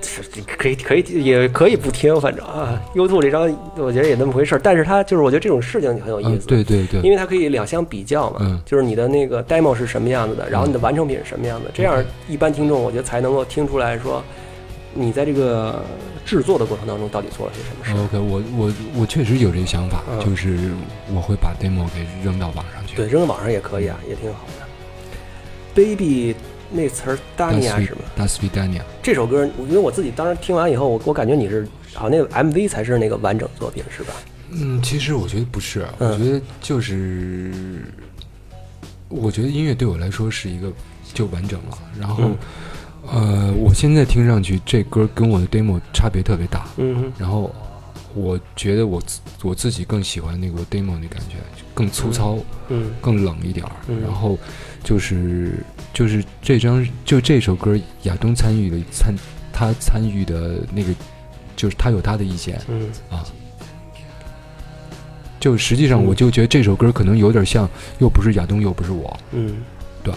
Speaker 1: 是可以可以也可以不听，反正啊，U Two 这张我觉得也那么回事儿，但是它就是我觉得这种事情很有意
Speaker 3: 嗯，
Speaker 1: 思，
Speaker 3: 对对对，
Speaker 1: 因为它可以两相比较嘛，
Speaker 3: 嗯
Speaker 1: 就是你的那个 demo 是什么样子的，然后你的完成品是什么样的，这样一般听众我觉得才能够听出来说，你在这个制作的过程当中到底做了些什么事。
Speaker 3: 哦 OK，我我我确实有这个想法，
Speaker 1: 嗯
Speaker 3: 就是我会把 demo 给扔到网上去。
Speaker 1: 对，，扔到网上也可以啊，也挺好的。Baby 那词儿 Dania 是吗？
Speaker 3: 达斯皮达尼亚，
Speaker 1: 这首歌，我因为我自己当时听完以后，我我感觉你是好像那个 MV 才是那个完整作品是吧？
Speaker 3: 嗯，其实我觉得不是，
Speaker 1: 嗯
Speaker 3: 我觉得就是，我觉得音乐对我来说是一个就完整了。然后，
Speaker 1: 嗯
Speaker 3: 呃，我现在听上去这歌跟我的 demo 差别特别大。
Speaker 1: 嗯哼，
Speaker 3: 然后，我觉得我自我自己更喜欢那个 demo 那感觉，更粗糙，
Speaker 1: 嗯
Speaker 3: 更冷一点儿。
Speaker 1: 嗯
Speaker 3: 然后，就是就是这张就这首歌，亚东参与的参他参与的那个，就是他有他的意见。
Speaker 1: 嗯
Speaker 3: 就实际
Speaker 1: 嗯
Speaker 3: 上，我就觉得这首歌可能有点像，又不是亚东，又不是我。
Speaker 1: 嗯，
Speaker 3: 对。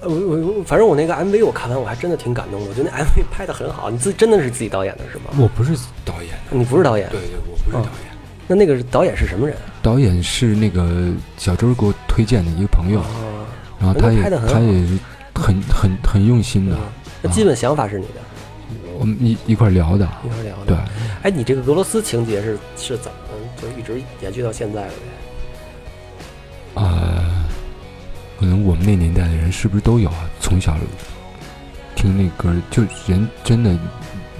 Speaker 1: 呃，我我反正我那个 MV 我看完我还真的挺感动的，我觉得那 MV 拍的很好。你自己真的是自己导演的是吗？
Speaker 3: 我不是导演的，
Speaker 1: 你不是导演，
Speaker 3: 对对，我不是
Speaker 1: 哦
Speaker 3: 导演。
Speaker 1: 那那个是导演是什么人？啊
Speaker 3: 导演是那个小周给我推荐的一个朋友，
Speaker 1: 哦
Speaker 3: 然后他
Speaker 1: 那拍
Speaker 3: 也
Speaker 1: 得很好嗯
Speaker 3: 他也是很很很用心的，
Speaker 1: 那基本想法是你的，
Speaker 3: 我们一一块儿聊的。
Speaker 1: 一会儿聊。
Speaker 3: 对，，
Speaker 1: 哎，你这个俄罗斯情节是是怎么就一直延续到现在了呗？
Speaker 3: 呃，可能我们那年代的人是不是都有啊？从小听那歌，就人真的，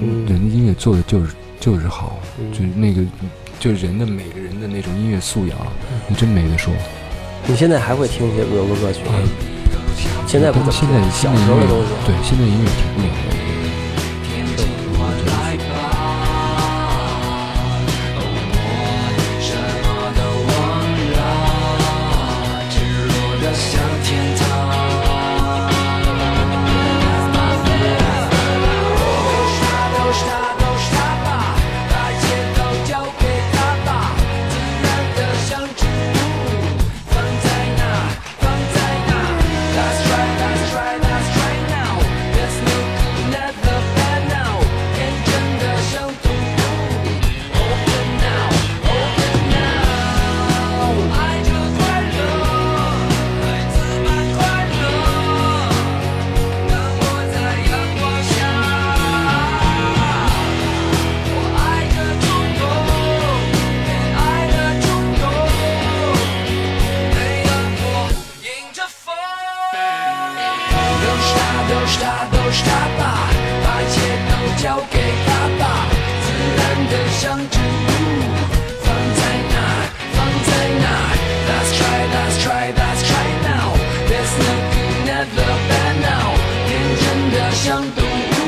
Speaker 1: 嗯
Speaker 3: 人音乐做的就是就是好，
Speaker 1: 嗯
Speaker 3: 就是那个，就是人的每个人的那种音乐素养，
Speaker 1: 嗯
Speaker 3: 你真没得说。
Speaker 1: 你现在还会听一些俄国歌曲吗？嗯现在不怎么
Speaker 3: 现
Speaker 1: 听
Speaker 3: 在
Speaker 1: 小
Speaker 3: 现在
Speaker 1: 时候的
Speaker 3: 音乐
Speaker 1: 东西
Speaker 3: 对，现在音乐挺不了的。
Speaker 2: 天尽欢来吧，哦，我什么都忘了，赤裸的像天堂。他都是他都是他吧，把一切都交给他吧，自然的像植物，放在那，放在那。That's right, that's right, that's right now. This new could never bad now. 天真的像土豆，Open now, open now. 爱就快乐，孩子们快乐。当我在阳光下，我爱的冲动，被爱的冲动，被阳光迎着风。都是他，都是他，都是他吧，把一切都交给他吧，自然的像植物，放在那，放在那。That's try, that's try, that's try now. This new could never bad now. 天真的像动物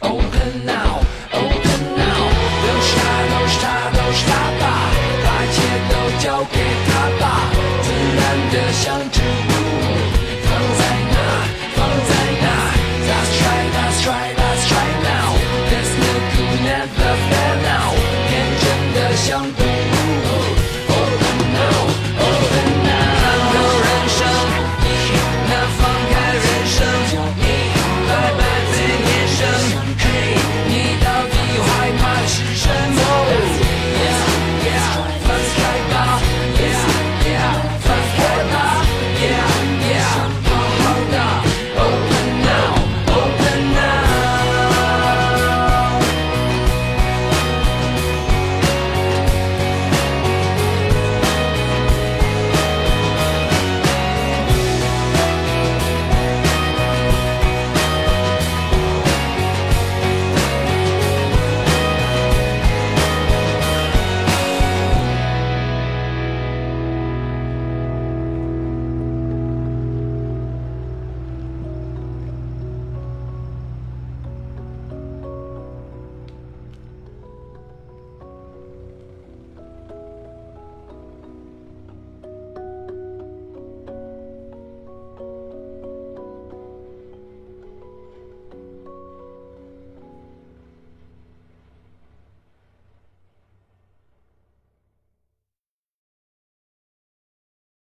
Speaker 2: ，Open now, open now. 都是他，都是他，都是他吧，把一切都交给他吧，自然的像植物，放在那，放在那。That's right, that's right, that's